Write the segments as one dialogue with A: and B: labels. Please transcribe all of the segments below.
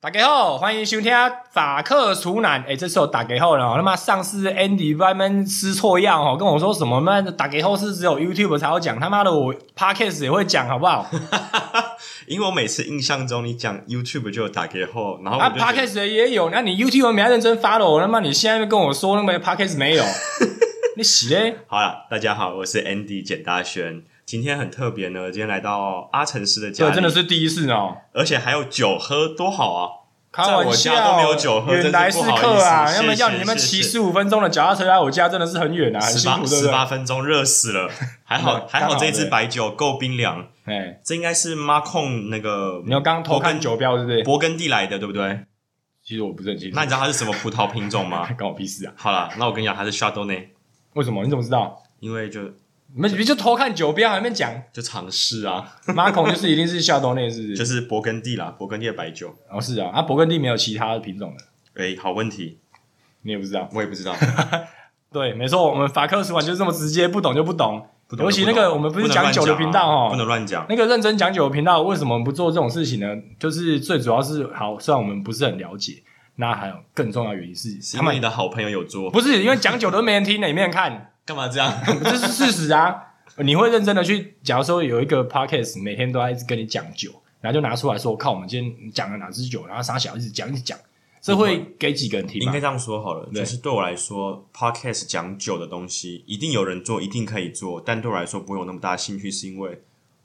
A: 大家好，欢迎收听《法克厨男》。哎，这时候打给后呢，他妈上次 Andy 外面吃错药哦，跟我说什么妈的打给后是只有 YouTube 才有讲，他妈的我 Podcast 也会讲，好不好？
B: 因为我每次印象中你讲 YouTube 就有打给后，然后我
A: 啊
B: 就觉得
A: ，Podcast 也有，那你 YouTube 没认真 follow，他妈你现在跟我说那么 Podcast 没有， 你洗嘞？
B: 好了，大家好，我是 Andy 简大轩，今天很特别呢，今天来到阿成师的家
A: 这
B: 里，
A: 真的，是第一次哦。
B: 而且还有酒喝，多好啊！
A: 开玩笑，
B: 在我家都没有酒喝
A: 远来是
B: 真是不好意
A: 客
B: 思
A: 啊！
B: 谢谢
A: 要么要你们
B: 谢
A: 骑
B: 谢
A: 十五分钟的脚踏车来我家，真的是很远啊，很
B: 十
A: 辛
B: 八
A: 苦，对
B: 十
A: 不对？
B: 八分钟热死了，还
A: 嗯
B: 好还
A: 刚好
B: 好这一支
A: 对
B: 白酒够冰凉，
A: 哎，
B: 这应该是妈控那个
A: 你要刚偷看酒标是不是？
B: 勃艮第来的，对不对？
A: 其实我不是很清楚
B: 那，你知道它是什么葡萄品种吗？
A: 关我屁事啊！
B: 好了，那我跟你讲，它是 Chardonnay，
A: 为什么？你怎么知道？
B: 因为就
A: 你们你们就偷看酒标，还没 讲
B: 就尝试啊，
A: 马孔就是一定是夏冬内是不？
B: 就是是勃艮第啦，勃艮第的白酒。
A: 哦，是啊，啊，勃艮第没有其他的品种的，
B: 哎，好问题，
A: 你也不知道。
B: 我也不知道。
A: 对，没错，我们法克斯馆就是这么直接，不懂就不懂。
B: 不懂
A: 尤其
B: 就不懂
A: 那个我们不是讲酒的频道哦
B: 不能乱讲啊。不能乱讲
A: 那个认真讲酒的频道为什么不做这种事情呢？就是最主要是好，虽然我们不是很了解，那还有更重要的原因是
B: 是
A: 他
B: 因为你
A: 们
B: 的好朋友有做，
A: 不是因为讲酒都没人听的，也没人看，
B: 干嘛这样？
A: 这是事实啊。你会认真的去，假如说有一个 podcast 每天都在一直跟你讲酒，然后就拿出来说，靠，我们今天讲了哪支酒，然后傻小一直讲一直讲，这会给几个人听
B: 应
A: 吗
B: 该？这样说好了，
A: 对
B: 就是对我来说，podcast 讲酒的东西，一定有人做，一定可以做，但对我来说不会有那么大的兴趣，是因为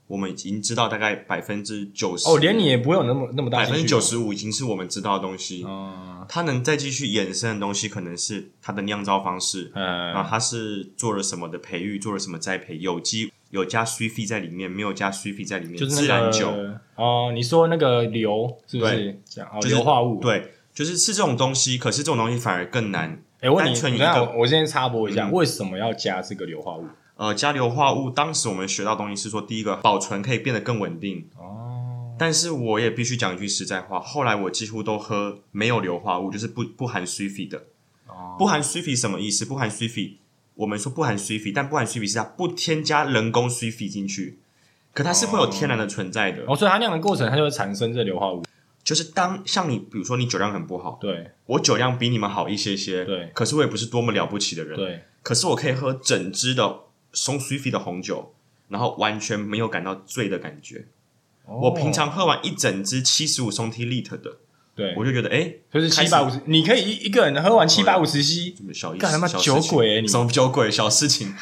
B: 我们已经知道大概百分之九十，
A: 哦，连你也不会有那么那么大
B: 百
A: 兴
B: 分
A: 趣。
B: 之九十五已经是我们知道的东西。
A: 嗯，
B: 它能再继续衍生的东西，可能是它的酿造方式，然
A: 呃，
B: 后它是做了什么的培育，做了什么栽培，有机有加 s u f i 在里面，没有加 s u f i 在里面，
A: 就是
B: 自
A: 那
B: 然
A: 个
B: 酒。
A: 哦，你说那个硫是不是讲哦
B: 就是
A: 硫化物？，
B: 对，就是是这种东西，可是这种东西反而更难。
A: 哎，问你，
B: 单纯
A: 你
B: 一个
A: 看我先插播一下，
B: 嗯
A: 为什么要加这个硫化物？
B: 呃，加硫化物，当时我们学到的东西是说，第一个保存可以变得更稳定。
A: 哦，
B: 但是我也必须讲一句实在话，后来我几乎都喝没有硫化物，就是不不含 s u f i 的。
A: 哦
B: 不含 s u f i 什么意思？不含 s u f i 我们说不含 s u f i 但不含 s u f i 是它不添加人工 s u f i 进去，可它是会有天然的存在的。
A: 哦，所以它酿的过程，它就会产生这硫化物。
B: 就是当像你，比如说你酒量很不好，
A: 对
B: 我酒量比你们好一些些，
A: 对
B: 可是我也不是多么了不起的人，
A: 对，
B: 可是我可以喝整支的松 s u f i 的红酒，然后完全没有感到醉的感觉。我平
A: 哦
B: 常喝完一整支七十五松 T lit 的，
A: 对
B: 我就觉得哎，诶
A: 就是
B: 开
A: 七
B: 始
A: 百五十，你可以一一个人喝完七百五十 c，
B: 怎么小意思，
A: 干他妈
B: 小事
A: 酒
B: 情
A: 鬼欸你
B: 什么酒鬼？小事情，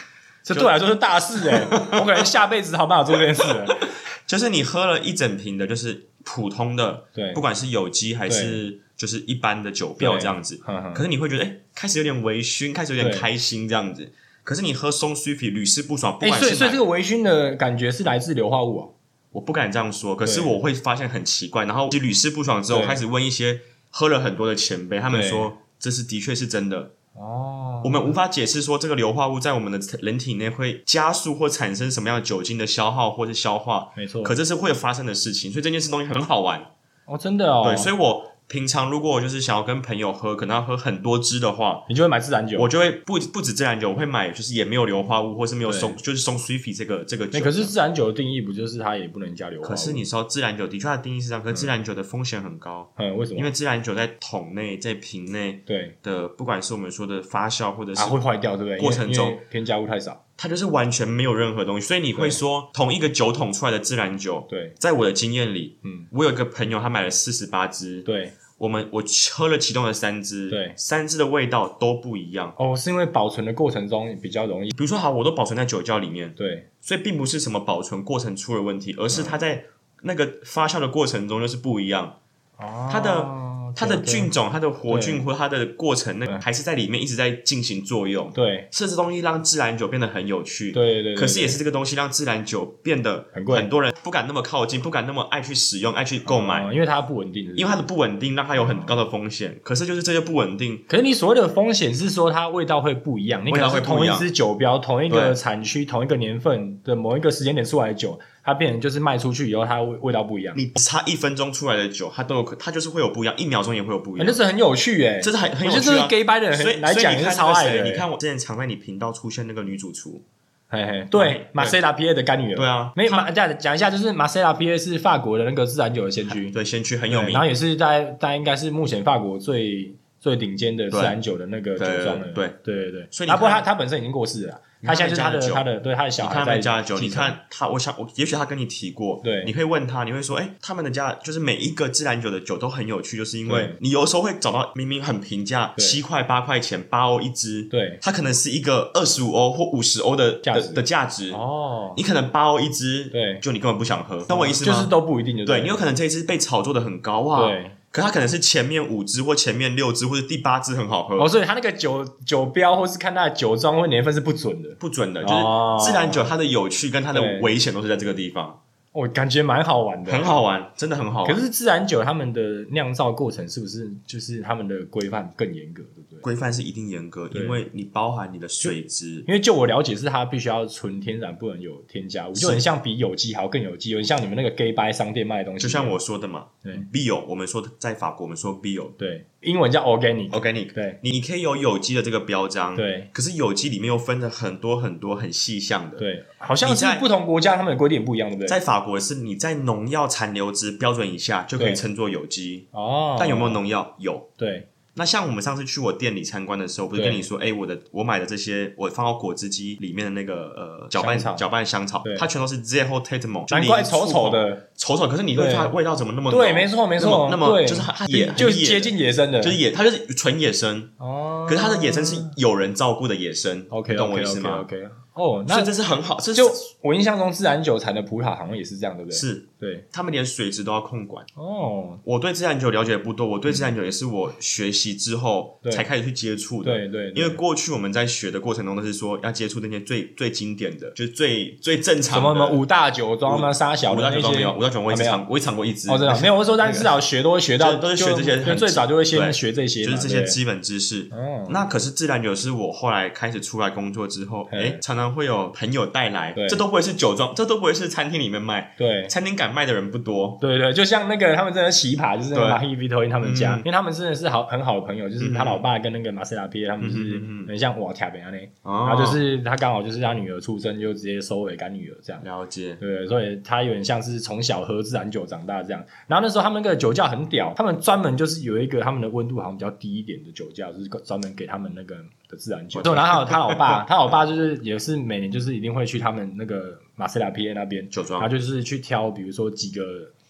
A: 这对我来说是大事 哎、我可能下辈子好办法做这件事了。
B: 就是你喝了一整瓶的，就是普通的，
A: 对
B: 不，管是有机还是就是一般的酒标
A: 对
B: 这样子，
A: 哼哼
B: 可是你会觉得哎，诶开始有点微醺，开始有点
A: 对
B: 开心这样子。可是你喝松 s u f i 屡试不爽，不
A: 哎、
B: 管
A: 所以
B: 是
A: 所以
B: 哪
A: 这个微醺的感觉是来自硫化物哦、
B: 我不敢这样说，可是
A: 对
B: 我会发现很奇怪。然后屡试不爽之后，
A: 对
B: 我开始问一些喝了很多的前辈，他们
A: 对
B: 说这是的确是真的。
A: 哦，
B: 我们无法解释说这个硫化物在我们的人体内会加速或产生什么样的酒精的消耗或是消化，
A: 没错。
B: 可这是会发生的事情，所以这件事东西很好玩。
A: 哦，真的哦，
B: 对，所以我平常如果我就是想要跟朋友喝，可能要喝很多支的话。
A: 你就会买自然酒。
B: 我就会不不止自然酒，我会买就是也没有硫化物，或是没有
A: 对
B: 松，就是松 s u f i 这个这个酒。
A: 那、哎可是自然酒的定义不就是它也不能加硫化物？
B: 可是你说自然酒的确它的定义是这样，可是自然酒的风险很高，
A: 嗯，为什
B: 因
A: 么？
B: 为自然酒在桶内、在瓶内
A: 对
B: 的，不管是我们说的发酵，或者是、
A: 啊，会坏掉，对不对？
B: 过程中
A: 因为因为添加物太少。
B: 它就是完全没有任何东西，所以你会说同一个酒桶出来的自然酒，
A: 对，
B: 在我的经验里，
A: 嗯，
B: 我有一个朋友他买了四十八支，
A: 对，
B: 我们我喝了其中的三支，
A: 对
B: 三支的味道都不一样。
A: 哦，是因为保存的过程中比较容易。
B: 比如说好，我都保存在酒窖里面，
A: 对，
B: 所以并不是什么保存过程出了问题，而
A: 嗯
B: 是它在那个发酵的过程中就是不一样。
A: 哦
B: 它的它的
A: OK，OK
B: 菌种、它的活菌或它的过程，那
A: 对
B: 个还是在里面一直在进行作用。
A: 对
B: 是这东西让自然酒变得很有趣，
A: 对对对，
B: 可是也是这个东西让自然酒变得
A: 很贵
B: 很多人不敢那么靠近，不敢那么爱去使用、爱去购买，
A: 哦因为它不稳定，是不是
B: 因为它的不稳定让它有很高的风险。可是就是这些不稳定，
A: 可是你所谓的风险是说它味道会不一样，你可
B: 味道
A: 能
B: 会
A: 是同
B: 不一
A: 一
B: 样
A: 支酒标、同一个
B: 对
A: 产区、同一个年份的某一个时间点出来的酒，它变成就是卖出去以后它味味道不一样，
B: 你差一分钟出来的酒，它都有可，它就是会有不一样，一秒钟也会有不一
A: 反
B: 样。
A: 正是很有趣哎、
B: 这是很很
A: 我觉
B: 有
A: 得
B: 趣
A: 这是
B: 啊！
A: gay 白的人欸
B: 所以
A: 很来
B: 所以
A: 讲
B: 你
A: 也是
B: 看
A: 超
B: 那个
A: 爱的、
B: 谁，你看我之前常在你频道出现那个女主厨，
A: 嘿嘿，对，马塞拉皮耶的干女儿。
B: 啊对啊，
A: 没马这样讲一下，就是马塞拉皮耶是法国的那个自然酒的先驱，
B: 对，先驱很
A: 对
B: 有名
A: 然，后也是在在应该是目前法国最最顶尖的自然酒的那个酒
B: 对
A: 庄了。
B: 对
A: 对对对，
B: 所以你
A: 啊，不过他
B: 看
A: 他本身已经过世了啦，啊
B: 你
A: 他
B: 看
A: 现在就是他的
B: 人家的酒
A: 他的对他的小
B: 你
A: 孩
B: 看他
A: 啊在
B: 们家的酒，
A: 继
B: 你
A: 承
B: 看他，我想我也许他跟你提过，
A: 对
B: 你会问他，你会说，哎、他们的家就是每一个自然酒的酒都很有趣，就是因
A: 对
B: 为你有时候会找到明明很平价，
A: 对
B: 七块八块钱八欧一支，
A: 对
B: 它可能是一个二十五欧或五十欧的
A: 价值
B: 的的价值，
A: 哦，
B: 你可能八欧一支，
A: 对哦
B: 就你根本不想喝，懂我意思
A: 就
B: 吗？
A: 是都不一定就
B: 对
A: 了
B: 你有可能这一支被炒作的很高哇，
A: 对。
B: 可它可能是前面五支或前面六支或者第八支很好喝，
A: 哦，所以他那个酒酒标或是看他的酒庄或年份是不准的。
B: 不准的，就
A: 哦
B: 是自然酒它的有趣跟它的
A: 对
B: 危险都是在这个地方，
A: 我、哦感觉蛮好玩的，
B: 很。好玩，真的很好玩。
A: 可是自然酒他们的酿造过程是不是就是他们的规范更严格，对不对？
B: 规范是一定严格，
A: 对
B: 因为你包含你的水质，
A: 因为就我了解，是它必须要纯天然，不能有添加物，
B: 是
A: 就很像比有机还要更有机，有点像你们那个 gay by 商店卖的东西。
B: 就像我说的嘛
A: 对
B: ，bio，我们说的在法国我们说 bio
A: 对英文叫 organic，
B: organic，
A: 对
B: 你可以有有机的这个标章，，
A: 对
B: 可是有机里面又分了很多很多很细项的，，
A: 对，好像
B: 你
A: 是
B: 在
A: 不同国家他们的规定不一样，对不对？
B: 在法国是你在农药残留值标准以下就可
A: 对
B: 以称作有机，
A: 哦，
B: 但有没有农药？有。
A: 对
B: 那像我们上次去我店里参观的时候，不是
A: 对
B: 跟你说，哎、我的我买的这些，我放到果汁机里面的那个呃搅拌
A: 香草
B: 搅拌香草
A: 对，
B: 它全都是 zero tatum，
A: 难怪丑丑的，
B: 丑丑，可是你会
A: 对
B: 发现味道怎么那么浓
A: 对，没错没错，
B: 那么那么
A: 对
B: 就是它它野很
A: 就是
B: 野
A: 接近野生的，
B: 就是野，它就是纯野生，
A: 哦，
B: 可是它的野生是有人照顾的野生
A: OK，
B: 你懂我意思吗？
A: ？OK，哦，
B: 所
A: 那
B: 以这是很好，这
A: 就是我印象中自然酒产的葡萄好像也是这样，对不对？
B: 是
A: 对，
B: 他们连水质都要控管。
A: 哦，
B: 我对自然酒了解不多，我对自然酒也是我学习之后
A: 对
B: 才开始去接触的。
A: 对对，对
B: 因为过去我们在学的过程中都是说要接触那些最最经典的，就是最最正
A: 什
B: 常
A: 么什么
B: 的。
A: 五大酒庄嘛，
B: 五
A: 沙小
B: 五
A: 的
B: 大
A: 那
B: 酒庄
A: 些
B: 没有，五大酒庄我也只
A: 啊没有
B: 尝，我也尝过一支。
A: 哦， 真的没有，我是说，但
B: 那个
A: 至少学都会学到，
B: 就都是学
A: 就
B: 这些
A: 就
B: 很
A: 最早就会先
B: 对
A: 学这些
B: 就
A: 嘛，
B: 是这些基本知识
A: 对。。嗯，
B: 那可是自然酒是我后来开始出来工作之后，
A: 嗯
B: 哎，常常会有朋友带来
A: 对，
B: 这都不会是酒庄，这都不会是餐厅里面卖，
A: 对。
B: 餐厅敢卖的人不多。
A: 对对，就像那个他们真的奇葩，就是那个
B: 对
A: 马希维托因他们家，
B: 嗯
A: 因为他们真的是好很好的朋友，就是他
B: 嗯
A: 老爸跟那个马塞拉皮耶他们就是
B: 嗯嗯嗯嗯哦
A: 很像瓦条贝样呢，然
B: 然
A: 后就是他刚好就是他女儿出生就直接收为干女儿这样，
B: 了解，
A: 对，所以他有点像是从小喝自然酒长大这样。然后那时候他们那个酒窖很屌，他们专门就是有一个他们的温度好像比较低一点的酒窖，就是专门给他们那个的自然酒。哦对，然后还有他老 爸，他老爸就是也是每年就是一定会去他们那个马塞拉皮耶那边，
B: 酒
A: 他
B: 庄，
A: 就是去挑，比如说几个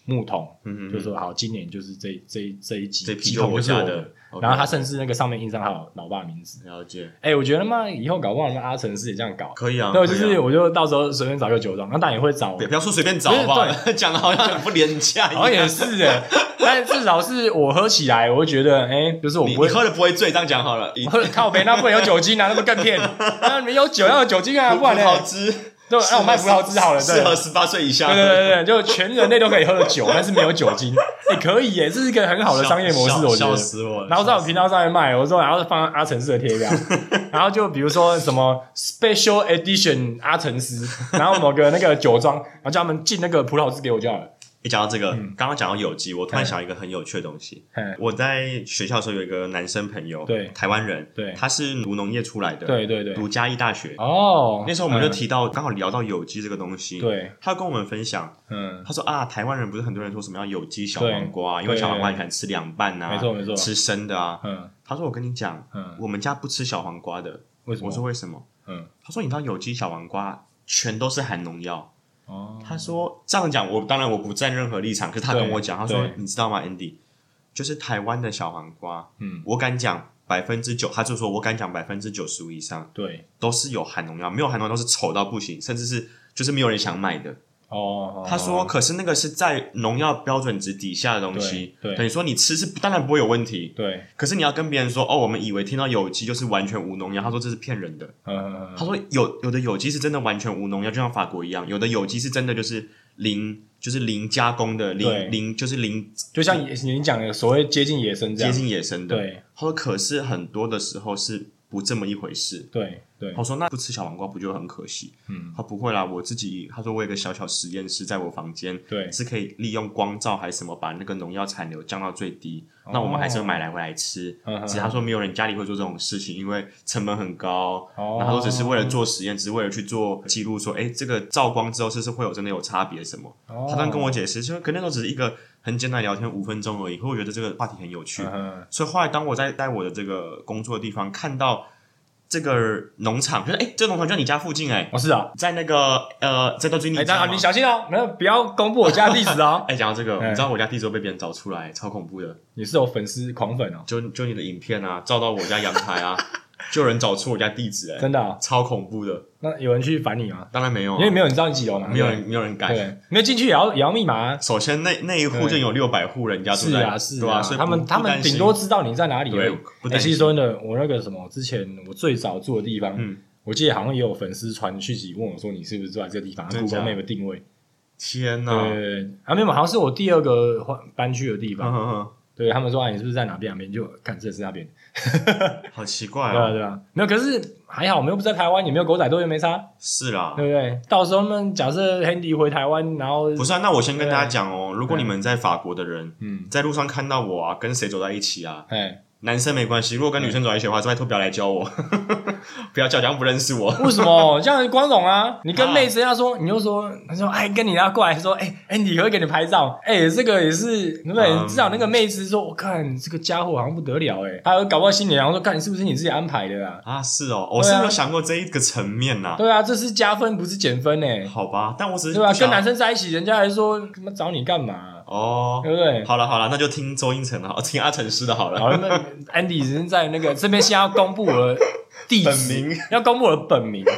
A: 木桶，
B: 嗯
A: 就说好今年就是这这这一集
B: 这批
A: 几
B: 就
A: 桶
B: 我
A: 就是
B: 家
A: 我
B: 的。OK，
A: 然后他甚至那个上面印上他老老爸的名字。
B: 了解，
A: 哎，我觉得嘛，以后搞不好他妈阿成是也这样搞。
B: 可以啊，
A: 对，就
B: 可以啊
A: 是我就到时候随便找个酒庄，那当然也会找
B: 别不要说随便找好不
A: 不
B: 好？讲的好像很不廉价一
A: 好像也
B: 样。
A: 是哎、但至少是我喝起来，我会觉得，哎、就是我
B: 你
A: 不
B: 你
A: 会
B: 喝的不会醉，这样讲好了。你
A: 喝靠杯，那不能有酒精啊，那不更骗？那你们有酒要有酒精啊，
B: 葡
A: 不然
B: 葡萄啊
A: 呢？
B: 汁，
A: 对，那我卖葡萄汁好了，对
B: 适合十八岁以下。
A: 对对对对，就全人类都可以喝的酒，但是没有酒精，哎、可以耶、这是一个很好的商业模式，
B: 笑
A: 我觉
B: 笑
A: 得。
B: 死我了。
A: 然后在
B: 笑
A: 我
B: 死
A: 频道上面卖，我说然后放阿成斯的 贴标，然后就比如说什么 special edition 阿成斯，然后某个那个酒庄，然后叫他们进那个葡萄汁给我就好了。
B: 一讲到这个，刚刚讲到有机，我突
A: 嗯
B: 然想到一个很有趣的东西。
A: 嗯，
B: 我在学校的时候有一个男生朋友，
A: 对
B: 台湾人，
A: 对
B: 他是读农业出来的，，
A: 对对对，
B: 读嘉义大学。
A: 哦，
B: 那时候我们就
A: 嗯
B: 提到，刚好聊到有机这个东西，，
A: 对，
B: 他跟我们分享，
A: 嗯，
B: 他说啊，台湾人不是很多人说什么要有机小
A: 对
B: 黄瓜啊，因
A: 对
B: 为小黄瓜你可能吃凉拌啊，
A: 没错没错
B: 吃生的啊。
A: 嗯
B: 他说我跟你讲，
A: 嗯，
B: 我们家不吃小黄瓜的。
A: 为什么？
B: 我说为什么？
A: 嗯，
B: 他说你知道有机小黄瓜全都是含农药。
A: 哦，
B: 他说这样讲，我当然我不站任何立场，可是他跟我讲，他说
A: 对
B: 你知道吗，Andy，就是台湾的小黄瓜，
A: 嗯，
B: 我敢讲百分之九，他就说我敢讲百分之九十五以上
A: 对，
B: 都是有含农药，没有含农药都是丑到不行，甚至是就是没有人想买的。
A: 哦，
B: 他说，可是那个是在农药标准值底下的东西，
A: 对对
B: 等于说你吃是当然不会有问题，
A: 对，
B: 可是你要跟别人说哦，我们以为听到有机就是完全无农药，他说这是骗人的。
A: 嗯，
B: 他说有有的有机是真的完全无农药，就像法国一样；有的有机是真的就是零，就是零加工的，
A: 对
B: 零零就是零
A: 就像野你讲的所谓接近野生这
B: 接
A: 样，
B: 近野生的。
A: 对，
B: 他说，可是很多的时候是不这么一回事。
A: 对对，
B: 我说那不吃小黄瓜不就很可惜？
A: 嗯，
B: 他不会啦，我自己他说我有个小小实验室在我房间，
A: 对
B: 是可以利用光照还是什么把那个农药残留降到最低。那我们还是会买来回来吃
A: 嗯哼，
B: 只是他说没有人家里会做这种事情，因为成本很高。
A: 哦
B: 然后只是为了做实验，只是为了去做记录，说，哎，这个照光之后是不是会有真的有差别什么？
A: 哦
B: 他刚跟我解释，就可能那时候只是一个很简单的聊天，五分钟而已。可我觉得这个话题很有趣，
A: 嗯哼
B: 所以后来当我在在我的这个工作的地方看到这个农场，就是哎，诶这个农场就在你家附近哎、
A: 哦是啊，
B: 在那个呃，在到最
A: 哎，
B: 你
A: 大
B: 家
A: 家
B: 嘛
A: 你小心哦，没有不要公布我家地址 哦。
B: 哎，讲到这个，
A: 哎
B: 你知道我家地址都被别人找出来，超恐怖的。
A: 你是有粉丝狂粉哦，
B: 就就你的影片啊，照到我家阳台啊， 就有人找出我家地址、哎，
A: 真的哦？
B: 超恐怖的。
A: 那有人去烦你吗？
B: 当然没有、啊，
A: 因为没有人知道你几楼嘛，
B: 没有
A: 对
B: 人没有人
A: 不对
B: 改。
A: 对，没有进去也要也要密码啊。
B: 首先那那一户
A: 对
B: 就有六百户人家住
A: 是
B: 在，
A: 啊是
B: 对
A: 啊，
B: 啊，所以
A: 他们
B: 不
A: 他
B: 不
A: 们
B: 担心
A: 顶多知道你在哪里而
B: 对
A: 已。，
B: 不
A: 哎，
B: 担
A: 其
B: 心
A: 实。说真的，我那个什么，之前我最早住的地方，
B: 嗯
A: 我记得好像也有粉丝传讯息问我说，你是不是住在这个地方
B: 真
A: ？Google
B: 假
A: Map 定位，对
B: 天哪！
A: 对，对啊没有，好像是我第二个换搬去的地
B: 嗯
A: 方。
B: 哼
A: 对他们说啊，你是不是在哪边哪边？就看这是那边，
B: 哼，好奇怪
A: 对啊
B: 哦。
A: 对啊，没有。可是还好，我们又不在台湾，也没有狗仔队，又没差，
B: 是啦，
A: 对不对？到时候他们假设 Handy 回台湾，然后
B: 不是啊。那我先跟大家讲哦，
A: 啊
B: 如果你们在法国的人
A: 嗯，
B: 在路上看到我啊，跟谁走在一起啊，
A: 哎，
B: 男生没关系，如果跟女生走在一起的话，拜托不要来教我， 不要叫，假装不认识我。
A: 为什 么这样光荣啊？你跟
B: 啊
A: 妹子要说，你就说，他说哎，跟你要过来说，哎哎，你可以给你拍照，哎，这个也是对不对？
B: 嗯
A: 至少那个妹子说，我看这个家伙好像不得了，哎，还有搞不好心里然后说，看你是不是你自己安排的啊？
B: 啊，是哦，我
A: 对
B: 是
A: 啊
B: 没有想过这一个层面呐、
A: 对啊，这是加分不是减分哎，
B: 好吧，但我只是
A: 对吧？
B: 不想
A: 跟男生在一起，人家还说他妈找你干嘛、
B: 哦
A: 对。不对？
B: 好了好了，那就听周星辰的好， 听阿成师的好了。
A: 好，那 Andy 已经在那个这边先要公布我的地址，
B: 本名，
A: 要公布我的本名、呃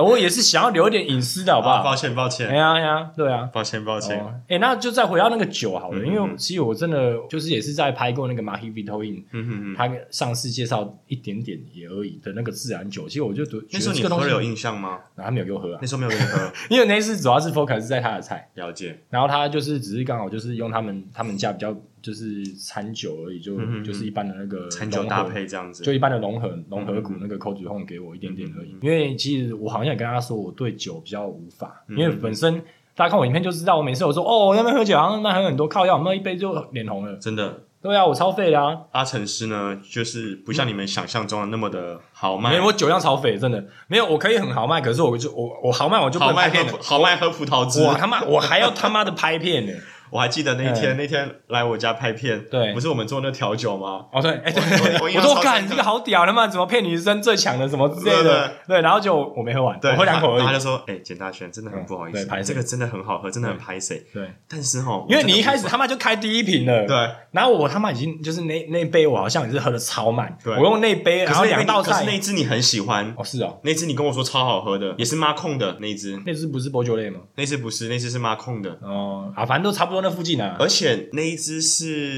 A: 我也是想要留一点隐私的，好不
B: 啊
A: 好？
B: 抱歉抱歉
A: 哎呀哎呀，对啊。
B: 抱歉抱
A: 哦
B: 歉。
A: 哎、那就再回到那个酒好了，
B: 嗯嗯
A: 因为我
B: 嗯
A: 其实我真的就是也是在拍过那个 Mahi Vito In，、
B: 嗯嗯嗯。
A: 他上次介绍一点点也而已的那个自然酒，其实我就觉得
B: 那时候
A: 觉
B: 你
A: 得这个东
B: 喝了
A: 西，
B: 有印象吗？
A: 然后他没有给我喝啊
B: 那，时候没有给你喝，
A: 因为那一次主要是 focus 在他的菜，
B: 了解。
A: 然后他就是只是刚好就是用他们他们家比较就是餐酒而已，就、
B: 嗯嗯嗯
A: 就是一般的那个
B: 餐酒
A: 融合
B: 搭，配这样子
A: 就。一般的融合融合股
B: 嗯嗯嗯
A: 那个口 o 控给我一点点而已。
B: 嗯嗯
A: 因为其实我好像也跟他说我对酒比较无法，
B: 嗯嗯
A: 因为本身大家看我影片就知道，我每次我说哦我在那边喝酒，好像那边喝很多靠药，我们一杯就脸红了。
B: 真的，
A: 对啊，我超废的啊，
B: 阿成师呢，就是不像你们想象中的那么的豪迈
A: 没有。我酒量超废，真的没有。我可以很豪迈，可是我就我我豪迈我就不
B: 豪
A: 能拍
B: 迈
A: 片
B: 喝
A: 了
B: 葡，豪迈喝葡萄汁，
A: 我他妈我还要他妈的拍片呢。
B: 我还记得那一天，那天来我家拍片，
A: 对
B: 不是我们做那调酒吗？
A: 哦，对，哎、对，
B: 我我
A: 我
B: 印象
A: 说
B: 超
A: 干
B: 深
A: 这
B: 刻
A: 个好屌他妈怎么骗女生最强的什么之类的，
B: 对对
A: 然后就我没喝完，
B: 对，
A: 我喝两口而
B: 然后他
A: 已。
B: 就说：“哎，简大轩，真的很不好意
A: 嗯对拍
B: 思，
A: 谁
B: 这个真的很好喝，真的很拍谁。
A: 对，
B: 但是哈，
A: 因为你一
B: 我真的
A: 开始他妈就开第一瓶了，
B: 不。对，
A: 然后我他妈已经就是那那杯我好像也是喝的超满，
B: 对
A: 我用那杯然
B: 可
A: 后
B: 是那
A: 两道
B: 可是那
A: 菜
B: 一，支你很喜欢，
A: 哦是哦，
B: 那支你跟我说超好喝的，也是妈控的那一支，
A: 那只不是波酒类吗？
B: 那支不是，那支是妈控的，
A: 哦啊，反正都差不多那附近啊。
B: 而且那一支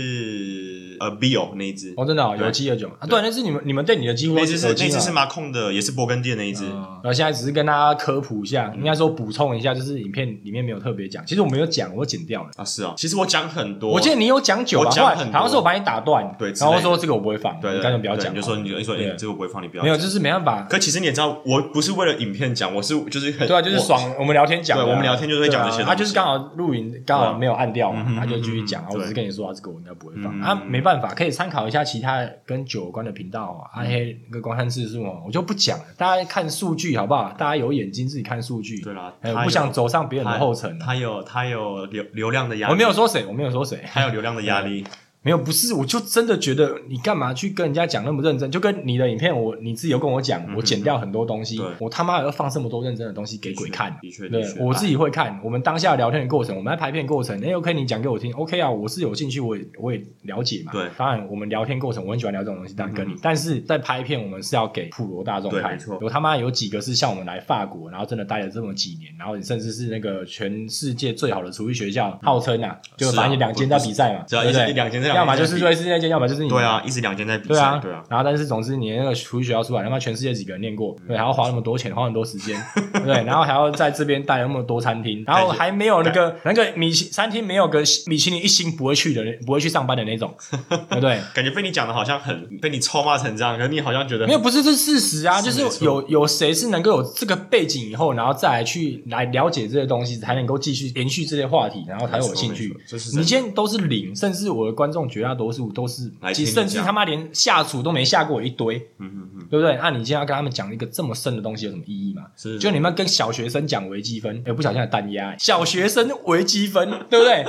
B: 是呃 Bio 那一支，
A: 哦真的哦，
B: 对
A: 有机有酒啊，对，那是你们你们店里的几乎
B: 那
A: 都
B: 支是
A: 有
B: 那
A: 机
B: 支是
A: 嘛。
B: 妈控的，也是勃艮第的那一支。
A: 嗯然后现在只是跟大家科普一下，
B: 嗯
A: 应该说补充一下，就是影片里面没有特别讲，其实我没有讲，我剪掉了。
B: 啊，是啊，其实我讲很多，
A: 我记得你有讲酒吧，
B: 我
A: 后
B: 讲
A: 来
B: 很多
A: 好像是我把你打断，
B: 对之
A: 然
B: 类的
A: 后说这个我不会放，
B: 对，
A: 你
B: 对
A: 干脆不要
B: 对
A: 讲，
B: 你就说你就你说
A: 对
B: 哎，这个我不会放，你不要
A: 没有，
B: 讲
A: 就是没办法，
B: 可其实你也知道，我不是为了影片讲，我是就是很
A: 对啊，就是
B: 我
A: 爽，我们聊天讲的啊，
B: 对我们聊天就是会讲这些
A: 对啊
B: 东西
A: 他就是刚好录影，刚好没有按掉嘛
B: 嗯，嗯
A: 他就继续讲啊，
B: 嗯嗯
A: 我只是跟你说啊，这个我应该不会放，
B: 嗯
A: 啊，没办法，可以参考一下其他跟酒有关的频道哦
B: 嗯
A: 啊，黑那个观看次数哦，我就不讲了，大家看数据好不好？大家有眼睛自己看数据，
B: 对啦，
A: 还有
B: 他
A: 哎不想走上别人的后尘啊，
B: 他有他有流流量的压力，
A: 我没有，说谁，我没有说谁。
B: 他有流量的压力，
A: 没有，不是，我就真的觉得你干嘛去跟人家讲那么认真？就跟你的影片，我你自己有跟我讲，我剪掉很多东西
B: 嗯对，
A: 我他妈要放这么多认真的东西给鬼看。啊
B: 的确，的
A: 对
B: 确，啊
A: 我自
B: 己
A: 己会看。我们当下聊天的过程，我们在拍片过程，哎，OK，你讲给我听，OK 啊，我是有兴趣，我也我也了解嘛。
B: 对
A: 当然我们聊天过程，我很喜欢聊这种东西，但跟你，
B: 嗯
A: 但是在拍片，我们是要给普罗大众
B: 对
A: 看
B: 没错。
A: 有他妈有几个是像我们来法国，然后真的待了这么几年，然后你甚至是那个全世界最好的厨艺学校，号称啊，就是
B: 啊
A: 反正有两间在比赛嘛，
B: 只要
A: 对
B: 一
A: 不对
B: 两间在两
A: 要么就
B: 间
A: 是
B: 比
A: 瑞士那间，要么就是你
B: 对啊，一直两间在比
A: 对
B: 赛，
A: 啊，
B: 对啊，
A: 然后，但是总之，你那个厨艺学校出来，他妈全世界几个人念过，对，还要花那么多钱，花很多时 间，对不对，然后还要在这边带那么多餐厅，然后还没有那个那个米其餐厅没有个米其林一星不会去的人，不会去上班的那种，对不对？
B: 感觉被你讲的好像很被你臭骂成这样，可是你好像觉得
A: 没有，不是这是事实啊，
B: 是
A: 就
B: 没
A: 是
B: 错
A: 有有谁是能够有这个背景以后，然后再来去来了解这些东西，才能够继续延续这些话题，然后才有兴趣
B: 没错。没错这是真的
A: 你今天都是零，甚至我的观众绝大多数都是
B: 来，听
A: 其
B: 你
A: 实甚至
B: 讲
A: 他妈连下厨都没下过一堆，
B: 嗯嗯嗯，
A: 对不对？那、你今天要跟他们讲一个这么深的东西，有什么意义吗？
B: 是
A: 就你们跟小学生讲微积分，哎，不小心还单 压，小学生微积分，对不对？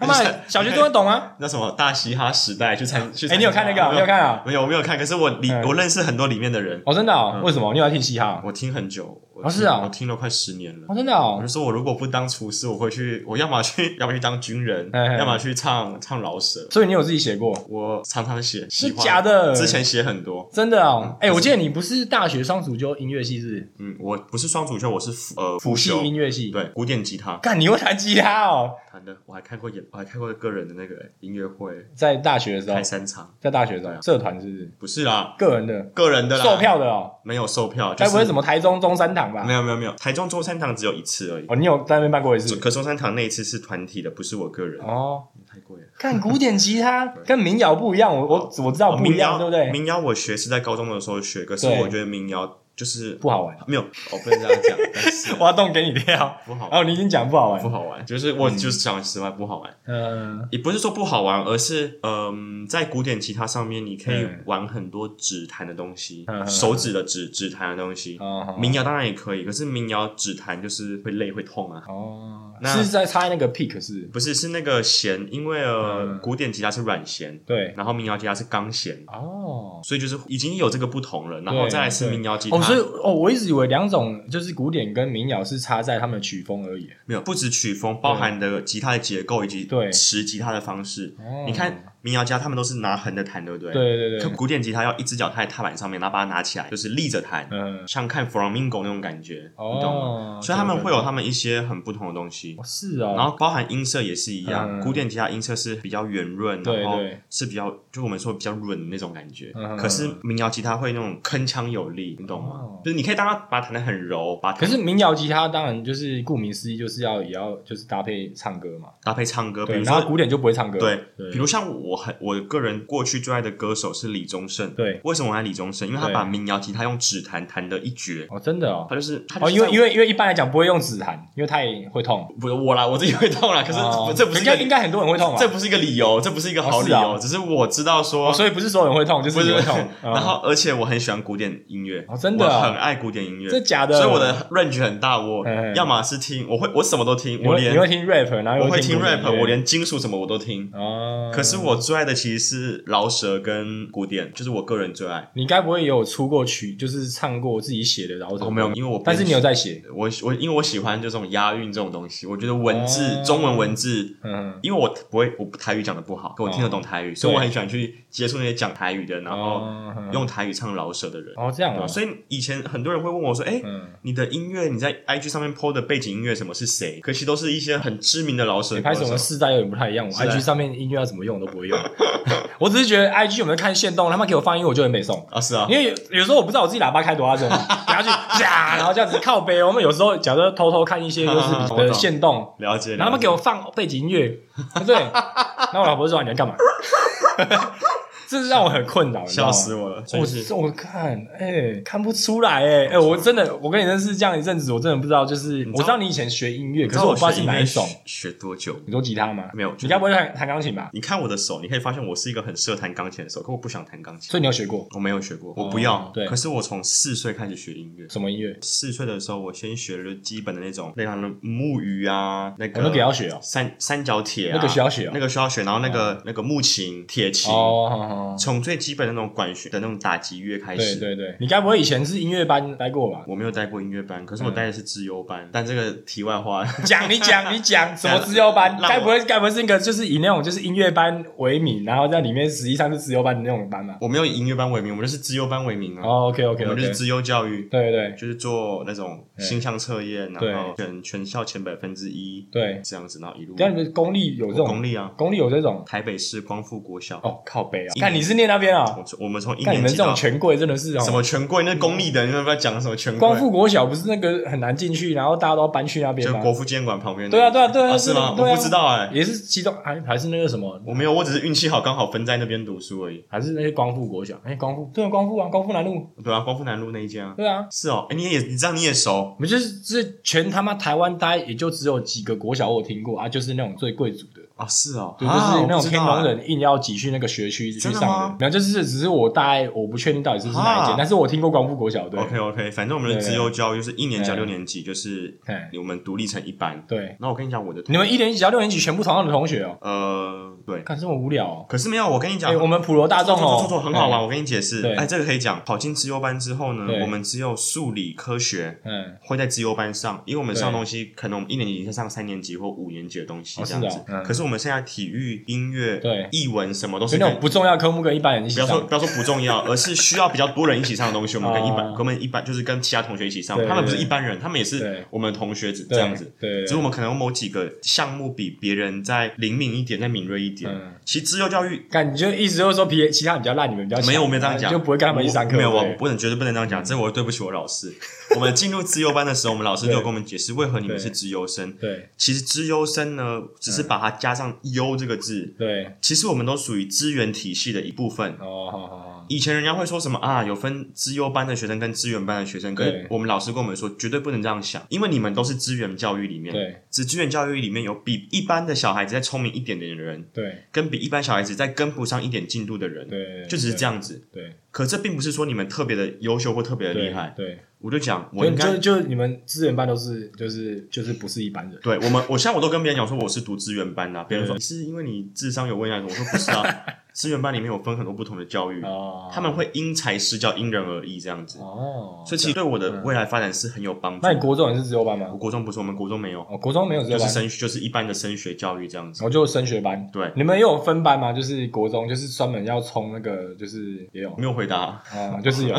A: 他妈的，小学生会懂啊！
B: 那什么大嘻哈时代去参去参加，
A: 哎，你有看那个？
B: 没
A: 你有看啊？
B: 没有，我没有看，可是我里
A: 嗯
B: 我认识很多里面的人，
A: 哦，真的哦
B: 嗯？
A: 为什么？你有在听嘻哈哦？
B: 我听很久，我
A: 哦
B: 听
A: 是啊
B: 我听了快十年了
A: 哦，。真的
B: 我
A: 哦
B: 就。说，我如果不当厨师，我会去，我要么去，要么去当军人
A: 嘿嘿，
B: 要么去唱唱饶舌。
A: 所以你有自己写过？
B: 我常常写，喜
A: 是
B: 欢
A: 假的？
B: 之前写很多，
A: 真的哦。哎，
B: 可是
A: 我记得你不是大学双主修音乐系是
B: 嗯，我不是双主修，我是辅呃
A: 不
B: 辅
A: 是？
B: 修
A: 辅系音乐系。
B: 对，古典吉他
A: 干，你会弹吉他哦？
B: 弹的，我还开过演，我还开过个人的那个音乐会，
A: 在大学的时候
B: 开，三场，
A: 在大学的时
B: 对
A: 候，
B: 啊
A: 社团是不是？
B: 不是啦，
A: 个人的，
B: 个人的啦，
A: 售票的哦。
B: 没有售票，就
A: 该
B: 是
A: 不会什么台中中山堂吧
B: 没？有没有没有，台中中山堂只有一次而已，
A: 哦，你有在那边办过一次？
B: 可中山堂那一次是团体的，不是我个人，
A: 哦，
B: 太贵了。
A: 看古典吉他跟民谣不一样，我我我知道
B: 哦
A: 不一
B: 民
A: 样，
B: 谣
A: 对不对？
B: 民谣我学是在高中的时候学，可是
A: 对
B: 我觉得民谣就是
A: 不好玩，
B: 没有，我不能这样讲， 但是
A: 挖洞给你跳。
B: 不好玩，
A: 哦，嗯你已经讲不好玩
B: 不。好玩，就是我就是讲实话不好玩。
A: 嗯，
B: 也不是说不好玩，而是嗯、在古典吉他上面，你可以
A: 嗯
B: 玩很多指弹的东西，
A: 嗯嗯嗯
B: 手指的指指弹的东西。
A: 哦
B: 民谣当然也可以，可是民谣指弹就是会累会痛啊。
A: 哦，
B: 那
A: 是在猜那个 pick 是？
B: 不是，是那个弦，因为呃，
A: 嗯
B: 古典吉他是软弦，
A: 对。
B: 然后民谣吉他是钢弦，
A: 哦。
B: 所以就是已经有这个不同了。然后
A: 对
B: 再来是
A: 对
B: 民谣吉他，
A: 哦，所以哦，我一直以为两种就是古典跟民谣是差在他们的曲风而已。
B: 没有不止曲风，包含的吉他的结构以及
A: 对
B: 持吉他的方式。
A: 哦
B: 你，看民谣家他们都是拿横着弹，对不对？
A: 对。对对
B: 可
A: 对，
B: 古典吉他要一只脚踏在踏板上面，然后把它拿起来，就是立着弹，
A: 嗯，
B: 像看 Flamingo 那种感觉，你懂吗？
A: 哦，
B: 所以他们会有
A: 对
B: 他们一些很不同的东西
A: 对对，是哦，
B: 然后包含音色也是一样。
A: 嗯
B: 古典吉他音色是比较圆润，
A: 对
B: 然后
A: 对
B: 是比较就我们说比较润的那种感觉。
A: 嗯
B: 可是民谣吉他会那种铿锵有力，你懂吗？
A: 哦
B: 就是你可以当它把它弹得很柔，把它
A: 可是民谣吉他当然就是顾名思义，就是要也要就是搭配唱歌嘛。
B: 搭配唱歌，比
A: 对，
B: 如
A: 然后
B: 说。
A: 古典就不会唱歌。
B: 对，
A: 对
B: 比如像我很我个人过去最爱的歌手是李宗盛，
A: 对，
B: 为什么我爱李宗盛？因为他
A: 对
B: 把民谣吉他用指弹弹的一绝，
A: 哦，真的哦，
B: 他就是他就
A: 哦，
B: 是
A: 因为
B: 在
A: 因为因为一般来讲不会用指弹，因为太会痛。
B: 不是我啦，我自己会痛啦，可是
A: 哦
B: 这不是
A: 应
B: 一
A: 该
B: 个
A: 应该很多人会痛吧？
B: 这不是一个理由，这不是一个好理由，
A: 哦是啊
B: 只是我知道说，
A: 哦，所以不是所有人会痛，就是
B: 不
A: 你
B: 是
A: 会痛。嗯
B: 然后而且我很喜欢古典音乐，
A: 哦真的啊
B: 我很爱古典音乐，
A: 这假的，
B: 所以我的 range 很大，我
A: 嗯嗯
B: 要么是听，我会我什么都听，
A: 你
B: 我
A: 会你
B: 连
A: 会听 rap，然后
B: 我
A: 又
B: 会
A: 听
B: 听
A: 古典
B: rap，
A: 乐
B: 我连金属什么我都听。
A: 哦，
B: 可是我最爱的其实是饶舌跟古典，就是我个人最爱。
A: 你该不会也有出过曲，就是唱过自己写的，然后什
B: 我
A: 么？
B: 哦没有，，因为我
A: 嗯但是你有在写，
B: 我我因为我喜欢这种押韵这种东西，我觉得文字、
A: 哦
B: 中文文字
A: 嗯，
B: 因为我不会，我台语讲的不好，可我听得懂台语，所以我很喜欢去接触那些讲台语的，然后
A: 哦
B: 用台语唱饶舌的人。
A: 哦这样
B: 对吧
A: 哦，
B: 所以以前很多人会问我说：“哎、
A: 嗯，
B: 你的音乐你在 IG 上面 PO 的背景音乐什么是谁？”可惜都是一些很知名的饶舌
A: 你
B: 歌
A: 拍什
B: 手
A: 么。世代有点不太一样，我
B: 是啊
A: IG 上面音乐要怎么用我都不 会用，我只是觉得 IG 有没有看线动，他们给我放音乐我就很北宋。
B: 啊，是啊，
A: 因为有有时候我不知道我自己喇叭开多大 声，然后就呀，然后这样子靠背。我们有时候假设偷偷看一些就是
B: 啊我懂
A: 的线动，
B: 了解。
A: 然后他们给
B: 我
A: 我放背景音乐，对，然后我老婆说你在干嘛？ 这是让我很困扰，你知道
B: 笑
A: 吗
B: 死我了，真是
A: 我我看，哎、看不出来、哎、哎，我真的，我跟你认识这样一阵子，我真的不知道，就是
B: 知道
A: 我知道你以前学音乐，
B: 你
A: 可
B: 知
A: 是
B: 道
A: 我
B: 我
A: 不知道
B: 学
A: 是
B: 音
A: 哪
B: 乐
A: 一种。
B: 学学多久？
A: 你说吉他吗？
B: 没有就是
A: 你该不会弹弹钢琴吧？
B: 你看我的手，你可以发现我是一个很适合弹钢琴的手，可我不想弹钢琴
A: 所以，你有学过
B: 我没有学过，我不要。
A: 对
B: 可是我从四岁开始学音乐，
A: 什么音乐？
B: 四岁的时候，我先学了基本的那种，那种木鱼啊，那
A: 我
B: 个
A: 那个也要学哦。
B: 三三角铁、啊，
A: 那个需要学哦哦
B: 那个需要学，然后那个、那个木琴、铁琴，
A: 哦，好好哦，
B: 从最基本的那种管弦的那种打击乐开
C: 对
B: 始。
C: 对对，
A: 你该不会以前是音乐班待过 吧？
B: 我没有带过音乐班，可是我
A: 嗯
B: 带的是资优班。但这个题外话，
A: 讲你讲你讲什么
B: 让
A: 自由班？
B: 让
A: 该不
B: 我
A: 会该不会是一个就是以那种就是音乐班为名，然后在里面实际上是自由班的那种班吧、
B: 我没有以音乐班为名，我们就是资优班为名啊。
A: 哦，OK
B: 我
A: OK
B: 们就
A: OK，
B: 是资优教育，
A: 对对
B: 就是做那种星象测验，
A: 对
B: 然后选全校前百分之一
A: 对，
B: 这样子，然后一路
A: 但你们公立有这种
B: 公立啊，
A: 公立有这种
B: 台北市光复国小。
A: 哦，靠北啊！
B: 一年
A: 看你是念那边啊
B: 我，从我们从一
A: 看你
B: 年
A: 们
B: 级
A: 这种
B: 到
A: 权贵真的是哦
B: 什，么权贵，那公立的，你们不要讲什么权贵，
A: 光复国小不是那个很难进去，然后大家都要搬去那边
B: 就
A: 吗？
B: 国父纪念馆旁边的。
A: 对啊对啊对啊
B: 啊，
A: 对啊
B: 是吗？
A: 对啊
B: 我不知道哎，
A: 也是其中还还是那个什么，
B: 我没有，我只是运气好，刚好分在那边读书而已。
A: 还是那些光复国小，哎、光复对啊，光复啊，光复南路，
B: 对啊，光复南路那一家。
A: 对啊，
B: 是哦，哎，你也你知道你也熟
A: 我们就是这全他妈台湾待也就只有几个国小我有听过啊，就是那种最贵族的，
B: 啊？是哦，
A: 对，就
B: 啊
A: 是那种
B: 我不知
A: 天龙
B: 道哎
A: 人硬要挤去那个学区去
B: 真
A: 上
B: 的吗
A: 没有，就是只是我大概我不确定到底是不是哪一间
B: 啊，
A: 但是我听过光复国小，对，
B: OK OK，反正我们的
A: 对
B: 资优教育就是一年级到
A: 对
B: 六年级，就是
A: 哎，
B: 我们独立成一班。
A: 对，
B: 那我跟你讲，我的同
A: 你们一年级到六年级全部同样的同学哦，
B: 呃对，
A: 看这么无聊、哦，
B: 可是没有，我跟你
A: 哎、
B: 讲，
A: 我们普罗大众
B: 错
A: 哦
B: 错，错，很好玩。我跟你解释
A: 对，
B: 哎，这个可以讲。跑进资优班之后呢
A: 对，
B: 我们只有数理科学
A: 嗯，
B: 会在资优班上，因为我们
A: 对
B: 上东西可能我们一年级上三年级或五年级的东西
A: 哦
B: 这样
A: 是
B: 子
A: 哦嗯。
B: 可是我们现在体育、音
A: 对
B: 乐、译文什么都
A: 就是那
B: 跟
A: 种不重要科目跟一般人一
B: 不
A: 起
B: 要说
A: 上，
B: 不要说不 重要，而是需要比较多人一起上的东西，我们跟一般
A: 啊
B: 跟我们一般就是跟其他同学一起上
A: 对，
B: 他们不是一般人，他们也是
A: 对
B: 我们的同学子
A: 对
B: 这样子。，
A: 对，
B: 只是我们可能有某几个项目比别人再灵敏一点，再敏锐一点。
A: 嗯
B: 其实自由教育
A: 看，你就意思就是说，别其他人比较烂，你们比较强哎
B: 没有，我没有这样讲，
A: 你就不会跟他们一起上课。
B: 我没有，
A: 对
B: 我不能绝对不能这样讲，这我对不起我老师。 我们进入自由班的时候，我们老师就有跟我们解释为何你们是自由生。
A: 对
B: 其实自由生呢，只是把它加上“优”这个字，
A: 对
B: 其实我们都属于资源体系的一部分。
A: 哦，好好好，
B: 以前人家会说什么啊？有分资优班的学生跟资源班的学生，可是
A: 对
B: 我们老师跟我们说，绝对不能这样想，因为你们都是资源教育里面，
A: 对
B: 只资源教育里面有比一般的小孩子再聪明一点点的人，
A: 对
B: 跟比一般小孩子再跟不上一点进度的人，
A: 对，
B: 就只是这样子。
A: 对，
B: 可这并不是说你们特别的优秀或特别的
A: 对，
B: 厉害，
A: 对，
B: 我就讲，我
A: 所
B: 应
A: 以就
B: 该
A: 就你们资源班都是就是就是不是一般人，
B: 对我们，我现在我都跟别人讲说我是读资源班呐、别人说
A: 对
B: 是因为你智商有问题啊，我说不是啊， 资源班里面有分很多不同的教育，
A: 哦，
B: 他们会因材施教，因人而异这样子。
A: 哦，
B: 所以其实对我的未来发展是很有帮助。
A: 那你国中也是自由班
B: 我
A: 吗？
B: 国中不是我们国中没有，
A: 哦，国中没有自
B: 就
A: 由
B: 是
A: 班，
B: 升就是一般的升学教育这样子。
A: 我就升学班。
B: 对，
A: 你们也有分班吗？就是国中就是专门要冲那个，就是也有
B: 没有回答。
A: 啊，就是有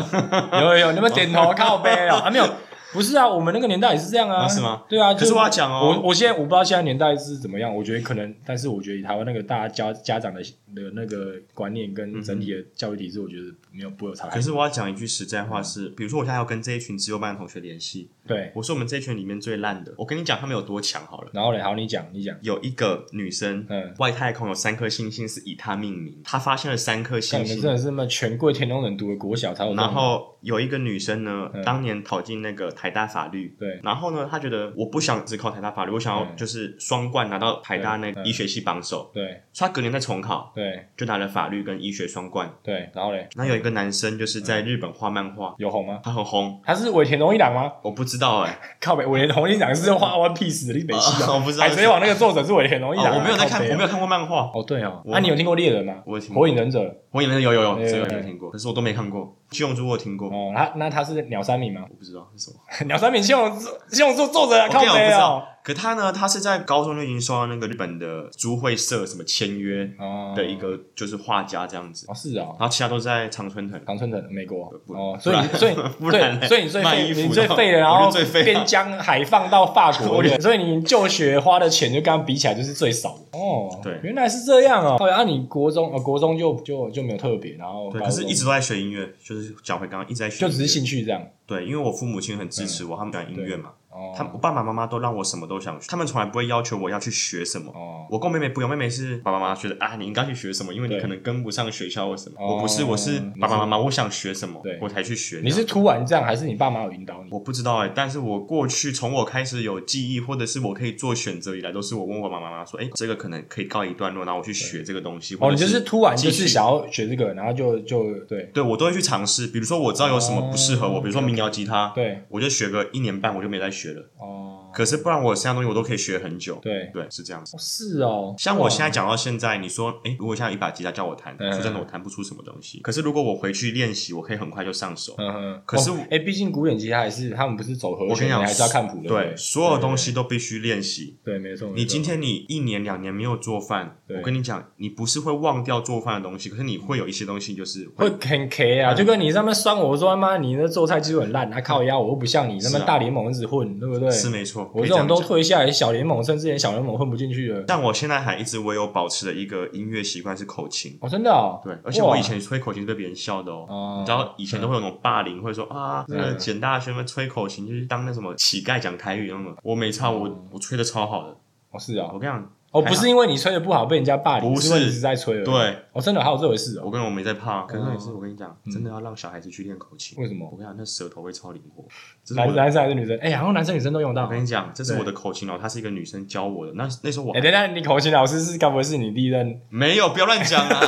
A: 有有有，你们点头靠背哦，啊没有。不是啊，我们那个年代也是这样啊，
B: 啊是吗？
A: 对啊，就
B: 可是我要讲
A: 我
B: 哦，
A: 我现在我不知道现在年代是怎么样，我觉得可能，但是我觉得以台湾那个大家家家长的的那个观念跟整体的教育体制，我觉得没有不有差。
B: 可是我要讲一句实在话是，比如说我现在要跟这一群自由班的同学联系，
A: 对，
B: 我是我们这一群里面最烂的。我跟你讲他们有多强好了。
A: 然后嘞，好，你讲你讲，
B: 有一个女生，
A: 嗯，
B: 外太空有三颗星星是以她命名，她发现了三颗
A: 像
B: 星
A: 你们
B: 星
A: 真。的是那么权贵天龙人读的国小才有这种，
B: 然后有一个女生呢，
A: 嗯
B: 当年考进那个台大法律，
A: 对
B: 然后呢，她觉得我不想只考台大法律，我想要
A: 嗯
B: 就是双冠拿到台大那
A: 对
B: 个
A: 嗯
B: 医学系榜首，
A: 对
B: 所以她隔年再重考，
A: 对
B: 就拿了法律跟医学双冠。
A: 对，然后嘞，
B: 那有一个男生就是在
A: 嗯
B: 日本画漫画，
A: 有红吗？
B: 他很红，
A: 他是尾田荣一郎吗？
B: 我不知道哎、
A: 靠北，尾田荣一郎是画 One Piece 的立北西
B: 啊
A: 啊，
B: 我不知道
A: 海贼王那个作者是尾田荣一郎啊，
B: 哦我没有在看，
A: 靠北
B: 我
A: 哦
B: 没有看过漫画，
A: 哦，对哦，
B: 我
A: 那你有听过猎人吗？
B: 我有听过
A: 火影忍者
B: 我以为有有有
A: 对
B: 这个
A: 对
B: 有听过，可是我都没看过。七龙珠我有听过，
A: 哦，他那他是鸟山明吗？
B: 我不知道是什么。
A: 鸟山明信用信用做作者啊
B: 我
A: 靠
B: 跟你讲我不
A: 北
B: 知
A: 哦
B: 道。可他呢，他是在高中就已经受到那个日本的租会社什么签约，
A: 哦
B: 的一个就是画家这样子，
A: 哦，是哦，
B: 然后其他都在常春藤。
A: 长春的美国
B: 不
A: 哦，
B: 不
A: 所以
B: 然
A: 你所以
B: 不然
A: 对，
B: 嘞
A: 所以你最
B: 卖
A: 废，
B: 衣服
A: 你最
B: 的
A: 废的，然
B: 我
A: 后
B: 就最废啊
A: 边疆海放到法国
B: 我
A: 对
B: 就
A: 所以你就学花的钱就跟他比起来就是最少的哦。
B: 对
A: 原来是这样哦。哦，那你国中呃国中就就就没有特别，然后
B: 对，
A: 高
B: 可是
A: 中
B: 一直都在学音乐，就是讲回刚刚一直在学音
A: 就
B: 乐，
A: 只是兴趣这样
B: 对，因为我父母亲很支持我，他们喜欢音乐嘛，
A: 哦。
B: 他们我爸爸妈妈都让我什么都想学，他们从来不会要求我要去学什么。
A: 哦
B: 我跟我妹妹不一样，妹妹是爸爸妈妈觉得啊，你应该去学什么，因为你
A: 对
B: 可能跟不上学校或什么。
A: 哦
B: 我不是，我是爸爸妈妈，我想学什么
A: 对，
B: 我才去学。
A: 你是突然这样，还是你爸妈有引导你？
B: 我不知道哎、但是我过去从我开始有记忆，或者是我可以做选择以来，都是我问我爸爸妈妈说，哎、这个可能可以告一段落，然后我去学这个东西。
A: 哦，
B: 或
A: 你
B: 者
A: 就是突然就
B: 继
A: 是
B: 续
A: 想要学这个，然后就就对
B: 对我都会去尝试。比如说我知道有什么不适合我，比如说民谣吉他，
A: 哦对
B: 我就学个一年半，我就没再学了。
A: 哦，
B: 可是不然，我剩下东西我都可以学很久。
A: 对，
B: 对，是这样子。
A: 哦是哦，
B: 像我现在
A: 哇，
B: 讲到现在，你说，诶，如果像一把吉他叫我弹，
A: 嗯
B: 说真的，我弹不出什么东西。可是如果我回去练习，我可以很快就上手。
A: 嗯哼，
B: 可是我
A: 哎，毕竟古典吉他还是他们不是走和
B: 我
A: 弦，
B: 跟
A: 你
B: 你讲，
A: 还是要看谱的，
B: 对，所有东西都必须练习。
A: 对，没错，没错
B: 你今天你一年两年没有做饭，
A: 对
B: 我跟你讲，你不是会忘掉做饭的东西，可是你会有一些东西就是
A: 会
B: 会。
A: 很 K
B: 嗯
A: 啊，就跟你上面酸我说妈，你那做菜技术很烂，啊靠腰，我又不像你那么
B: 是啊
A: 大联盟一直混，对不对？
B: 是没错，
A: 我
B: 可
A: 这
B: 以
A: 种
B: 样
A: 都
B: 讲
A: 退下来，小联盟甚至连小联盟混不进去了。
B: 但我现在还一直我有保持的一个音乐习惯是口琴，
A: 哦，真的哦，
B: 对，而且
A: 哇
B: 我以前吹口琴是被别人笑的哦。
A: 哦，
B: 你知道以前都会有那种霸凌，会说啊，
A: 嗯
B: 呃，简大学们吹口琴就是当那什么乞丐讲台语那么。我没差，我我吹的超好的。
A: 哦是啊
B: 我，跟你讲，
A: 哦
B: 还
A: 不是因为你吹的不好被人家霸凌，
B: 不
A: 是因
B: 是
A: 为你一直在吹而已。
B: 对
A: 哦真的还有这回事哦，
B: 我跟我没在怕，可是
A: 哦
B: 也是我跟你讲，真的要让小孩子去练口琴。
A: 为什么
B: 我跟你讲，那舌头会超灵活。这是
A: 男
B: 我的
A: 男生还是女生？哎，好像男生女生都用到
B: 我。跟你讲，这是
A: 对
B: 我的口琴老师，她是一个女生教我的。那那时候我
A: 哎，等一下，你口琴老师是该不会是你第一任？
B: 没有，不要乱讲 啊！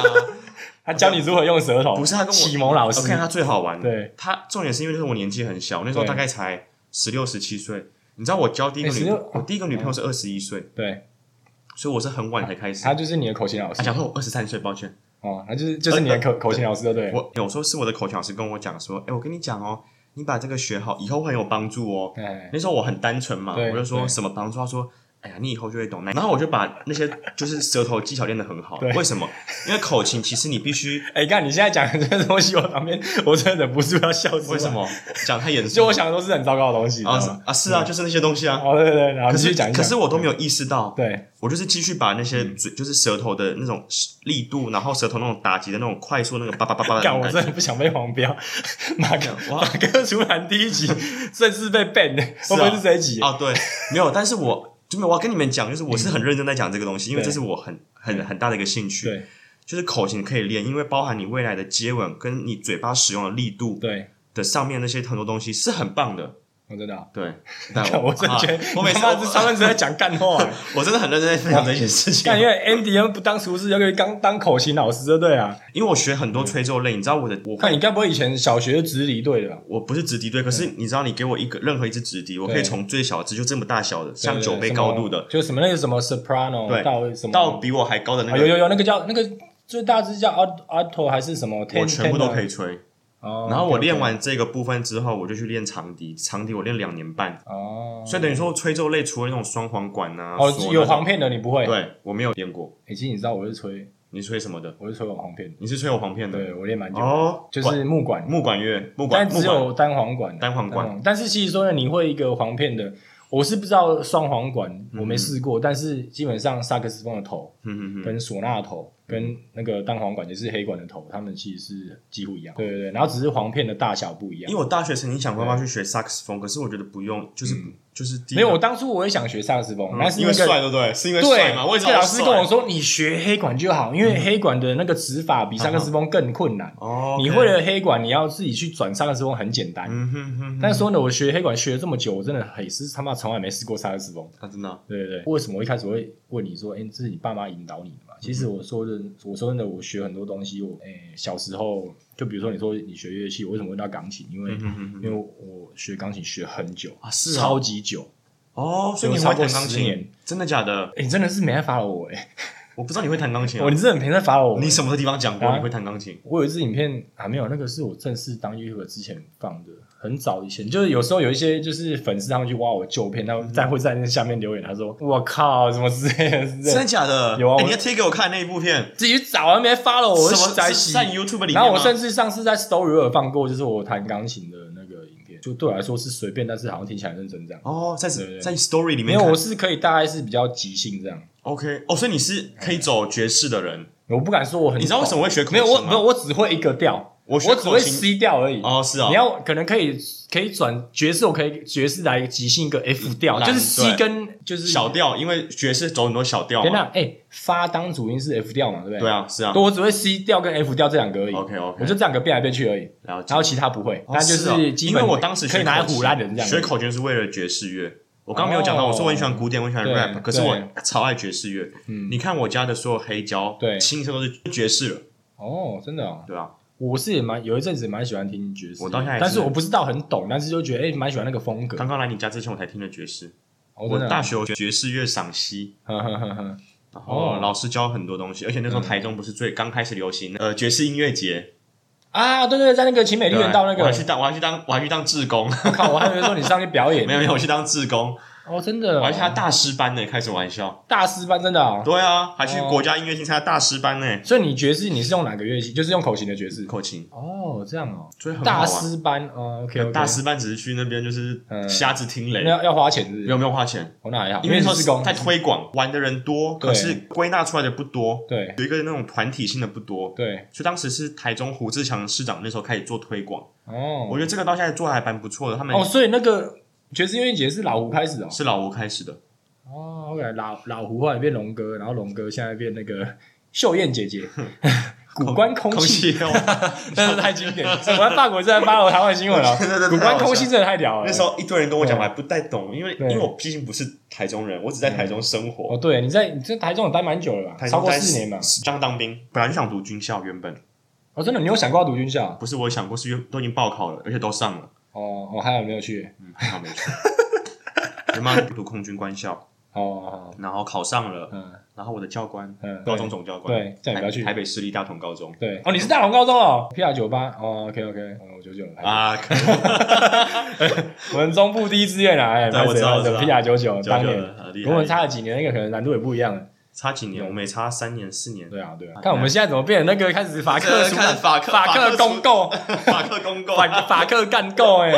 A: 他教你如何用舌头？
B: 不是他跟我
A: 启蒙老
B: 我
A: 师
B: 看，他最好玩的，
A: 对，
B: 他重点是因为那时候我年纪很小，那时候
A: 对
B: 大概才十六十七岁。你知道我交第一个
A: 哎
B: 女，
A: 16
B: 我第一个女朋友是二十一岁，
A: 对
B: 所以我是很晚才开始。
A: 他就是你的口琴老师
B: 他。讲说我二十三岁，抱歉，
A: 哦，他就是就是你的口口琴老师，对不对？
B: 我有时候是我的口琴老师跟我讲说，哎、我跟你讲哦，你把这个学好，以后很有帮助哦。
A: 哎，
B: 那时候我很单纯嘛，
A: 对
B: 我就说
A: 对
B: 什么帮助，他说。哎呀，你以后就会懂。然后我就把那些就是舌头技巧练得很好。
A: 对
B: 为什么？因为口琴其实你必须
A: 哎，看你现在讲的这些东西，我旁边我真的忍不住要笑出来。
B: 为 什？么讲太严肃？
A: 就我想的都是很糟糕的东西。你知道吗
B: 啊啊是啊，就是那些东西啊。
A: 哦，对对对，然后
B: 可
A: 继续
B: 是
A: 讲一讲。
B: 可是我都没有意识到，
A: 对，嗯
B: 我就是继续把那些嘴，就是舌头的那种力度，然后舌头那种打击的那种快速那个叭叭叭叭的那
A: 干，
B: 种
A: 我
B: 呃感
A: 真
B: 觉。
A: 的不想被黄标。 马哥，
B: 哇
A: 马哥竹篮第 一集正式被 ban，的会不会是这一集？
B: 哦，对，没有，但是我就没有。我要跟你们讲，就是我是很认真在讲这个东西，因
A: 嗯
B: 为
A: 对
B: 这是我很很很大的一个兴趣。
A: 对
B: 就是口型可以练，因为包含你未来的接吻跟你嘴巴使用的力度
A: 对，
B: 的上面那些很多东西是很棒的。
A: 我知道。
B: 对， 但
A: 干我真的觉得
B: 啊，我每
A: 你
B: 次
A: 他妈这
B: 我
A: 上半身在讲干话。哎
B: 我真的很认真在分享这件事情
A: 干，。因为 Andy 又不当厨师，又可以当当口琴老师，对不对啊？
B: 因为我学很多吹奏类，你知道我的我
A: 看你该不会以前小学就直理队的吧？
B: 我不是直笛队，可是你知道，你给我一个任何一支直笛，我可以从最小只就这么大小的，像
A: 对
B: 酒杯高度，的，
A: 对对什么就什么嗯那个什么 soprano
B: 对
A: 到什么
B: 到比我还高的那
A: 啊有
B: 个，
A: 有有那个叫那个最大只叫 alt alto 还是什么？
B: 我全部都可
A: 以。
B: 以吹。
A: 哦
B: 然后我练完这个部分之后，我就去练长笛，长笛我练两年半，
A: 哦，
B: 所以等于说吹奏类除了那种双簧管啊，唢呐
A: 哦有簧，片的你不会？
B: 对我没有练过。
A: 哎，其实你知道我是吹
B: 你吹什么的？
A: 我是吹有簧片的，
B: 你是吹有簧片的？
A: 对我练蛮久的。
B: 哦，
A: 就是木管，
B: 木管乐，木管
A: 但
B: 木
A: 只
B: 管
A: 有单簧管的，
B: 单簧管
A: 但是其实说呢，你会一个簧片的，我是不知道双簧管，
B: 嗯
A: 我没试过，但是基本上萨克斯风的头、
B: 嗯嗯嗯，
A: 跟唢呐的头跟那个单簧管也是黑管的头，它们其实是几乎一样。对对对，然后只是簧片的大小不一样
B: 因为。我大学曾经想过要不要去学萨克斯风，可是我觉得不用，就是就是第
A: 嗯
B: 一
A: 没有，
B: 个
A: 我当初我也想学萨克斯风，
B: 嗯
A: 但是
B: 因
A: 那
B: 为
A: 个
B: 帅，对不对？是因为帅
A: 对
B: 嘛？为什，么
A: 这老师
B: 帅嗯
A: 跟我说你学黑管就好，因为黑管的那个指法比萨克斯风更困难。
B: 哦
A: 你会，了黑管，你要自己去转萨克斯风很简单，
B: 嗯哼哼，
A: 但是说呢，我学黑管学了这么久，我真的也是他妈从来没试过萨克斯风。
B: 他啊真的，
A: 对对对，为什么我一开始会问你说，哎、这是你爸妈引导你的嘛？其实我说的，我说真的，我学很多东西，我哎、小时候就比如说你说你学乐器，我为什么会到钢琴？因为、
B: 嗯哼哼
A: 因为我学钢琴学很久
B: 啊是啊
A: 超级久。
B: 哦，所以你
A: 有超
B: 会
A: 过
B: 弹钢
A: 10年
B: 琴？真的假的？
A: 哎、你真的是没办法了我哎、
B: 我不知道你会弹钢琴啊
A: 我、！你真的没办法了我、
B: 你什么地方讲过
A: 啊
B: 你会弹钢琴？
A: 我有一支影片啊，没有，那个是我正式当 YouTube 之前放的，很早以前，就是有时候有一些就是粉丝他们去挖我旧片，他们在会在那下面留言，他说
B: 嗯
A: 我靠什么 之类的，之类
B: 真的
A: 的
B: 假的？
A: 有啊我
B: 哎你要贴给我看那一部片，
A: 自己找还没 follow 我
B: 什么
A: 在
B: 是
A: 洗。
B: 在 YouTube 里面吗？
A: 然后我甚至上次在 Story 有放过，就是我弹钢琴的那个影片，就对我来说是随便，但是好像听起来很认真这样。
B: 哦，在
A: 对对
B: 在 Story 里
A: 没
B: 面
A: 有，
B: 看
A: 我是可以大概是比较即兴这样，
B: OK 哦，所以你是可以走爵士的人，
A: 我不敢说我很。
B: 你知道为什么会学口
A: 嗯没
B: 琴
A: 有
B: 吗？
A: 我没有我只会一个调，
B: 我学
A: 我只
B: 口
A: 会
B: 琴
A: C 调而已。
B: 哦，是啊
A: 你，要可能可以可以转爵士，我可以爵士来即兴一个 F 调，
B: 懒
A: 就是 C
B: 嗯对
A: 跟就是
B: 小。调，因为爵士走很多小调
A: 等等
B: 嘛。，
A: 哎、发当主音是 F 调嘛，对不对？
B: 对啊，是啊
A: 对。我只会 C 调跟 F 调这两个而已。
B: OK OK，
A: 我就这两个变来变去而已，
B: 了解
A: 然后其他不会，
B: 哦
A: 但就是
B: 哦
A: 是基
B: 因
A: 本
B: 为我当时
A: 可
B: 学
A: 以拿来
B: 口琴
A: 唬烂人这样。
B: 学口琴是为了爵士乐。我刚刚没有讲到，
A: 哦
B: 我说我很喜欢古典，我很喜欢
A: 对
B: rap，可是
A: 对
B: 我超爱爵士乐。
A: 嗯
B: 你看我家的所有黑胶，
A: 对
B: 清一色都是爵士了，
A: 哦，真的哦，
B: 对啊。
A: 我是也蛮有一阵子蛮喜欢听爵士乐，
B: 我到现在也是
A: 但是我不知道很懂，但是就觉得哎，蛮、喜欢那个风格。
B: 刚刚来你家之前，我才听了爵士。
A: 哦
B: 我
A: 真的
B: 大学有爵士乐赏析，
A: 呵呵呵呵
B: 然后
A: 哦 嗯
B: 老师教很多东西，而且那时候台中不是最刚开始流行呃爵士音乐节，
A: 啊，对对，对在那个秦美丽园道那个，
B: 啊我还去当我还去当我还去当志工，
A: 我靠，我还以为说你上去表演，
B: 没有没有，我去当志工，
A: 哦，真的、
B: 我
A: 哦，
B: 还去他大师班呢，开什么玩笑？
A: 大师班真的、哦，
B: 对啊，还去
A: 哦
B: 国家音乐厅参加大师班呢，
A: 所以你爵士你是用哪个乐器？就是用口琴的爵士。
B: 口琴，
A: 哦，这样哦，
B: 所以很好
A: 大
B: 玩。
A: 师班哦，OK，,
B: 大师班只是去那边就是
A: 嗯
B: 瞎子听雷，
A: 那要要花钱是不是？
B: 有没有花钱？
A: 哦，那还好，
B: 因为
A: 你
B: 说
A: 是工
B: 在推广，玩的人多，
A: 对
B: 可是归纳出来的不多，
A: 对
B: 有一个那种团体性的不多。
A: 对
B: 所以当时是台中胡志强市长那时候开始做推广，
A: 哦，
B: 我觉得这个到现在做的还蛮不错的。他们
A: 哦，所以那个爵士音乐节是老胡开始哦，
B: 是老吴开始的，
A: 哦，OK，老老胡后来变龙哥，然后龙哥现在变那个 秀艳姐 姐，古关空
B: 空
A: 气，
B: 气哦，
A: 真的太经典了。我在法国是在发我台湾新闻了哦
B: 对对对，
A: 古
B: 太好
A: 关
B: 笑
A: 空气真的太屌了。
B: 那时候一堆人跟我讲，我
A: 对
B: 还不太懂，因为因
A: 对
B: 为我毕竟不是台中人，我只在台中生活
A: 哦，，对，你在你在台中有待蛮久了吧？
B: 台
A: 超
B: 中
A: 过
B: 待
A: 四年吧？
B: 当当兵，本来就想读军校，原本
A: 哦，真的，你有想过要读军校？
B: 不是我有想过，是因为都已经报考了，而且都上了，
A: 哦，我还有没有去？
B: 嗯，还好没 去。有没有读空军官校，
A: 哦哦，
B: 然后考上了，
A: 嗯
B: 然后我的教官
A: 嗯，
B: 高中总教官，
A: 对，叫你不要
B: 台
A: 去
B: 台。北市立大同高中
A: 对，哦，你是大龙高中哦，P R 九八，哦，OK OK，哦，我九九，啊，
B: 啊，可能
A: 我们中部第一志愿啊，哎，
B: 对我知道我知道
A: P R 九九，
B: 久
A: 当
B: 久
A: 年
B: 了，啊厉
A: 跟我们
B: 害，
A: 差了几年，那个可能难度也不一样了。
B: 差几年，我们也差三年四年，
A: 对啊，对啊，
B: 啊
A: 看我们现在怎么变成那个开始法克
B: 这看法克
A: 法克公购，
B: 法克公共，
A: 法法克干购，哎，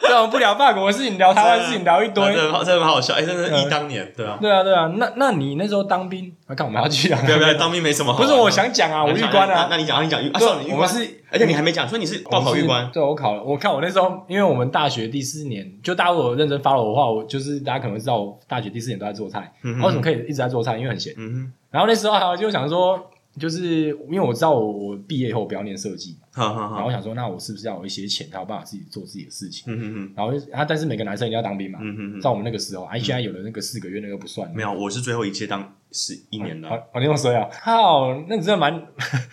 A: 这种不聊法国的事情，聊台湾的事情聊一堆
B: 啊，真的很好，真的很好笑，哎，真的
A: 嗯
B: 是忆当年，对啊，
A: 对啊，对啊，那那你那时候当兵，啊，看我们要去啊，
B: 不要不要，当兵没什么好
A: 不
B: 玩
A: 是
B: 的，
A: 我想讲啊，我
B: 那
A: 玉
B: 你讲
A: 官
B: 那
A: 啊，
B: 那你讲，那你讲玉，啊，
A: 对
B: 算了，你玉
A: 我们
B: 官，
A: 是
B: 而且你还没讲，所以你是报考玉官，
A: 对我考了，我看我那时候，因为我们大学第四年，就大家如果有认真 follow 我的话，我就是大家可能会知道，我大学第四年都在做菜，
B: 嗯
A: 然后为什么可以一直在做菜？因为很闲。
B: 嗯
A: 然后那时候还有就想说，就是因为我知道我我毕业以后我不要念设计，
B: 哼，好好
A: 然后
B: 好，
A: 我想说，那我是不是要有一些钱，才有办法自己做自己的事情？
B: 嗯哼
A: 然后就啊，但是每个男生一定要当兵嘛，
B: 哼，嗯哼
A: 在
B: 哼，
A: 我们那个时候，啊，现在有的那个四个月那个不算，
B: 没有，我是最后一届当是一年
A: 好
B: 的，，
A: 好，你用谁啊？靠，那你真的蛮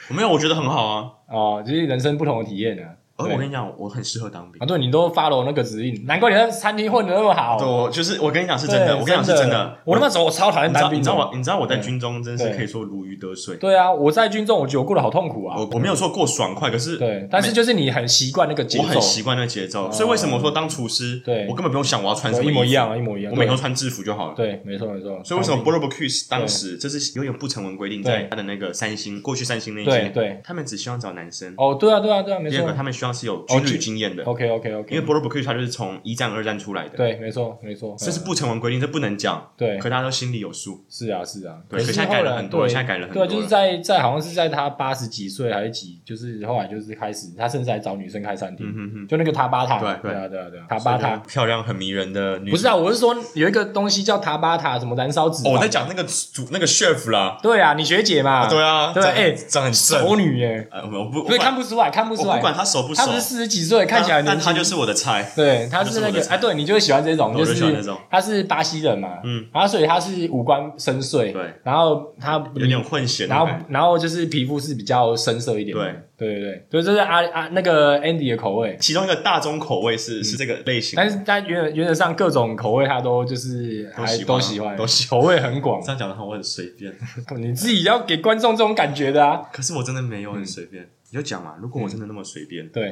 B: 我没有，我觉得很好啊，
A: 哦，就是人生不同的体验啊。
B: 而
A: 对
B: 我跟你讲，我很适合当兵
A: 啊，。对你都 follow 那个指引，难怪你在餐厅混的那么好。
B: 对，我就是我跟你讲是
A: 对，
B: 真的，我跟你讲是真的。
A: 我他妈走，我超讨厌
B: 你知道
A: 当
B: 你
A: 兵
B: 知道
A: 的。
B: 我你知道我在
A: 对
B: 军中真是
A: 对
B: 可以说如鱼得水。
A: 对啊，我在军中，我觉得我过得好痛苦啊
B: 我。我没有说过爽快，可是
A: 对，但是就是你很习惯那个节
B: 我
A: 奏，哦
B: 很习惯那节奏，所以为什么说当厨师，
A: 对
B: 我根本不用想我要穿什
A: 对
B: 么
A: 一模
B: 衣
A: 一
B: 服，
A: 样啊，一模一样。
B: 我每天都穿制服就好了。
A: 对，对没错没错。
B: 所以为什么
A: 当
B: b o r o b o c u s 当时这是有点不成文规定，
A: 对
B: 在他的那个三星过去三星那一
A: 兵？对
B: 届，
A: 对，
B: 他们只希望找男生，
A: 哦，对啊对啊对啊，没
B: 第二个
A: 错。
B: 他们希望是有军旅经验的，
A: OK OK
B: 因为
A: OK，
B: b o r o b o c u s 他就是从一战二战出来的，
A: 对，没错没错。
B: 这是
A: 嗯
B: 不成文规定，这不能讲，
A: 对，
B: 可大家都心里有数。
A: 是啊是啊。
B: 对，可
A: 是
B: 现在改
A: 后
B: 了
A: 来
B: 很多，
A: 对
B: 现在改了很多
A: 对，
B: 了，
A: 就是在在好像是在他八十几岁还是几，就是后来就是开始，他甚至还找女生开餐厅，
B: 嗯哼哼，
A: 就那个塔巴塔，
B: 对
A: 对
B: 对
A: 啊对啊对啊，塔巴塔
B: 漂亮很迷人的女，
A: 不是啊，，我是说有一个东西叫塔巴塔，什么燃烧脂肪，
B: 哦，我在讲那个主那个 chef 啦，
A: 对啊，你学姐嘛，
B: 对啊，
A: 对
B: 长
A: 哎
B: 长很正，
A: 丑女耶，
B: 呃，我不，我
A: 所以看不出来，看不
B: 我
A: 出来
B: 不，管他熟不熟
A: 她，不是四十几岁，看起来
B: 但
A: 年
B: 他
A: 轻，
B: 就是我的菜，
A: 对，她是那
B: 她就是我的
A: 个
B: 菜
A: 哎，对你就会喜欢这种，
B: 我就喜欢那
A: 是
B: 种，
A: 她是巴西人嘛，
B: 嗯，
A: 然后所以她是五官深邃，
B: 对，
A: 然后她嗯
B: 有点混血的
A: 然后
B: 感觉，
A: 然后就是皮肤是比较深色一点的，对对对对，所以这是阿阿那个 Andy 的口味，
B: 其中一个大众口味是是这个类
A: 嗯
B: 型，
A: 但是但原原则上各种口味他都就是
B: 都
A: 还
B: 喜欢啊
A: 都喜欢，
B: 都喜
A: 口味很广
B: 这，样讲的话我很随便，
A: 哦你自己要给观众这种感觉的啊。
B: 可是我真的没有很随
A: 嗯
B: 便，你就讲嘛，如果我真的那么随便，
A: 对，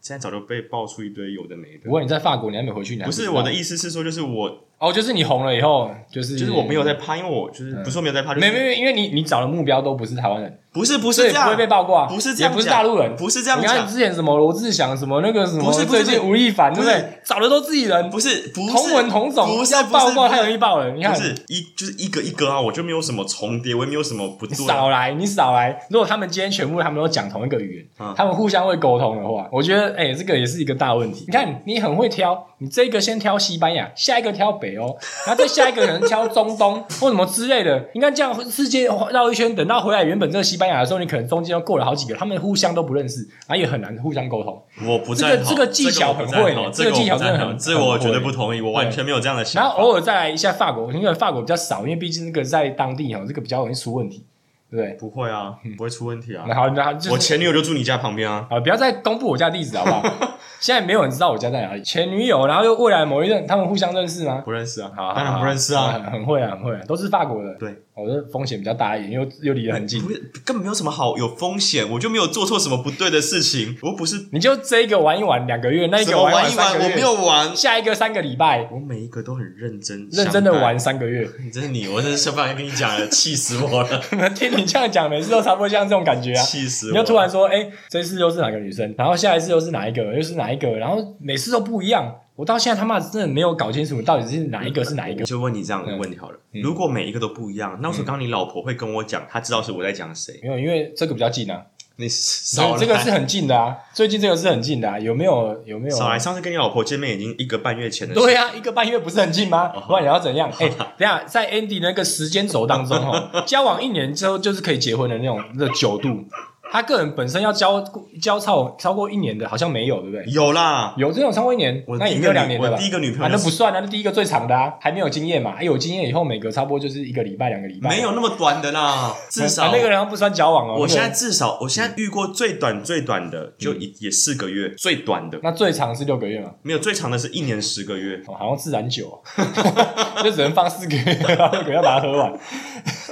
B: 现在早就被爆出一堆有的没的
A: 不。过你在法国，你还没回去，你还
B: 不
A: 知
B: 是
A: 道
B: 我的意思是说，就是我
A: 哦，就是你红了以后，就是
B: 就是我没有在怕，因为我就是
A: 嗯
B: 不是说没有在怕，就
A: 没
B: 是
A: 有没有，因为你你找的目标都不是台湾人，
B: 不是不是
A: 所以
B: 这
A: 不会
B: 样
A: 被，爆过啊，
B: 不是这
A: 也
B: 样
A: 不是大陆人。
B: 不是这样
A: 你看
B: 讲，
A: 之前什么罗志祥，什么那个什么，
B: 不是不
A: 最
B: 是
A: 近吴亦凡，
B: 不
A: 对
B: 是
A: 不对？找的都自己人，
B: 不是不是
A: 同文同种，
B: 不是
A: 要
B: 不
A: 爆
B: 是
A: 爆太容易爆了。你看
B: 不，是一就是一个一个啊，我就没有什么重叠，我也没有什么不啊
A: 你
B: 做的。
A: 少来，你少来。如果他们今天全部他们都讲同一个语言，
B: 嗯
A: 他们互相会沟通的话，我觉得哎、这个也是一个大问题。
B: 嗯
A: 你看，你很会挑，你这个先挑西班牙，下一个挑北欧， 然后再下一个可能挑中东或什么之类的。你看这样世界绕一圈，等到回来原本这个西班牙的时候，你可能中间又过了好几个，他们互相都不认识，然后也很难互相沟通。
B: 我不
A: 这个
B: 赞同
A: 这个技巧很会这
B: 这个
A: 个
B: 我不赞同
A: 技巧真的很
B: 这个我
A: 很
B: 绝对
A: 会
B: 不同意，我完全没有这样的想
A: 然后
B: 法。
A: 偶尔再来一下法国，因为法国比较少，因为毕竟这个在当地哦，这个比较容易出问题。对不对？
B: 不会啊，不会出问题啊
A: 嗯那。好，那就是
B: 我前女友就住你家旁边啊，
A: 啊，不要再公布我家地址好不 好？现在没有人知道我家在哪里。前女友，然后又未来某一任，他们互相认识吗？
B: 不认识啊，
A: 好，
B: 当然
A: 好
B: 不认识
A: 好
B: 啊。
A: 很很会啊，很会啊，都是法国人。
B: 对，
A: 我的风险比较大一点，又又离得很近。
B: 不根本没有什么好有风险，我就没有做错什么不对的事情，我不是
A: 你就这一个玩一玩两个月，那一
B: 怎
A: 个
B: 么
A: 玩
B: 玩一
A: 三
B: 玩，
A: 个月，
B: 我没有玩，
A: 下一个三个礼拜，
B: 我每一个都很认真，
A: 认真的
B: 想待
A: 玩。三个月。
B: 你真是你，我真是不想跟你讲了， 气死我了，
A: 听你这样讲，每次都差不多像这种感觉啊。
B: 气死
A: 你
B: 我！
A: 就突然说，哎、这次又是哪个女生，然后下一次又是哪一个，又是哪一个，然后每次都不一样。我到现在他妈真的没有搞清楚到底是哪一个是哪一个。
B: 就问你这样的问题好了。
A: 嗯
B: 如果每一个都不一样，那为什么刚刚你老婆会跟我讲，她知道是我在讲谁？
A: 没有，因为这个比较近啊，
B: 你
A: 所
B: 少
A: 以
B: 来
A: 这个是很近的啊。最近这个是很近的啊，有没有？有没有？
B: 少来。上次跟你老婆见面已经一个半月前的事。
A: 对呀、啊，一个半月不是很近吗
B: 哦？
A: 不然你要怎 样？哎、等一下在 Andy 那个时间轴当中，哦，交往一年之后就是可以结婚的那种的九度，他个人本身要交交超超过一年的，好像没有，对不对？
B: 有啦，
A: 有这种超过一年，
B: 我
A: 那
B: 第
A: 也
B: 一
A: 没有
B: 个
A: 两
B: 女
A: 年的吧
B: 我？第一个女朋
A: 啊，
B: 友
A: 那
B: 就
A: 不
B: 是
A: 算啊，那第一个最长的啊，还没有经验嘛。哎，有经验以后，每隔差不多就是一个礼拜、两个礼拜。
B: 没有那么短的啦，至
A: 啊
B: 少
A: 那个人好像不算交往哦。
B: 我现在
A: 那个
B: 至少我现在遇过最短最短
A: 嗯
B: 的就也也四个月，最短的
A: 那最长是六个月嘛，
B: 没有最长的是一年十个月。
A: 哦好像自然酒 哦，就只能放四个月，然后六个月要把它喝完。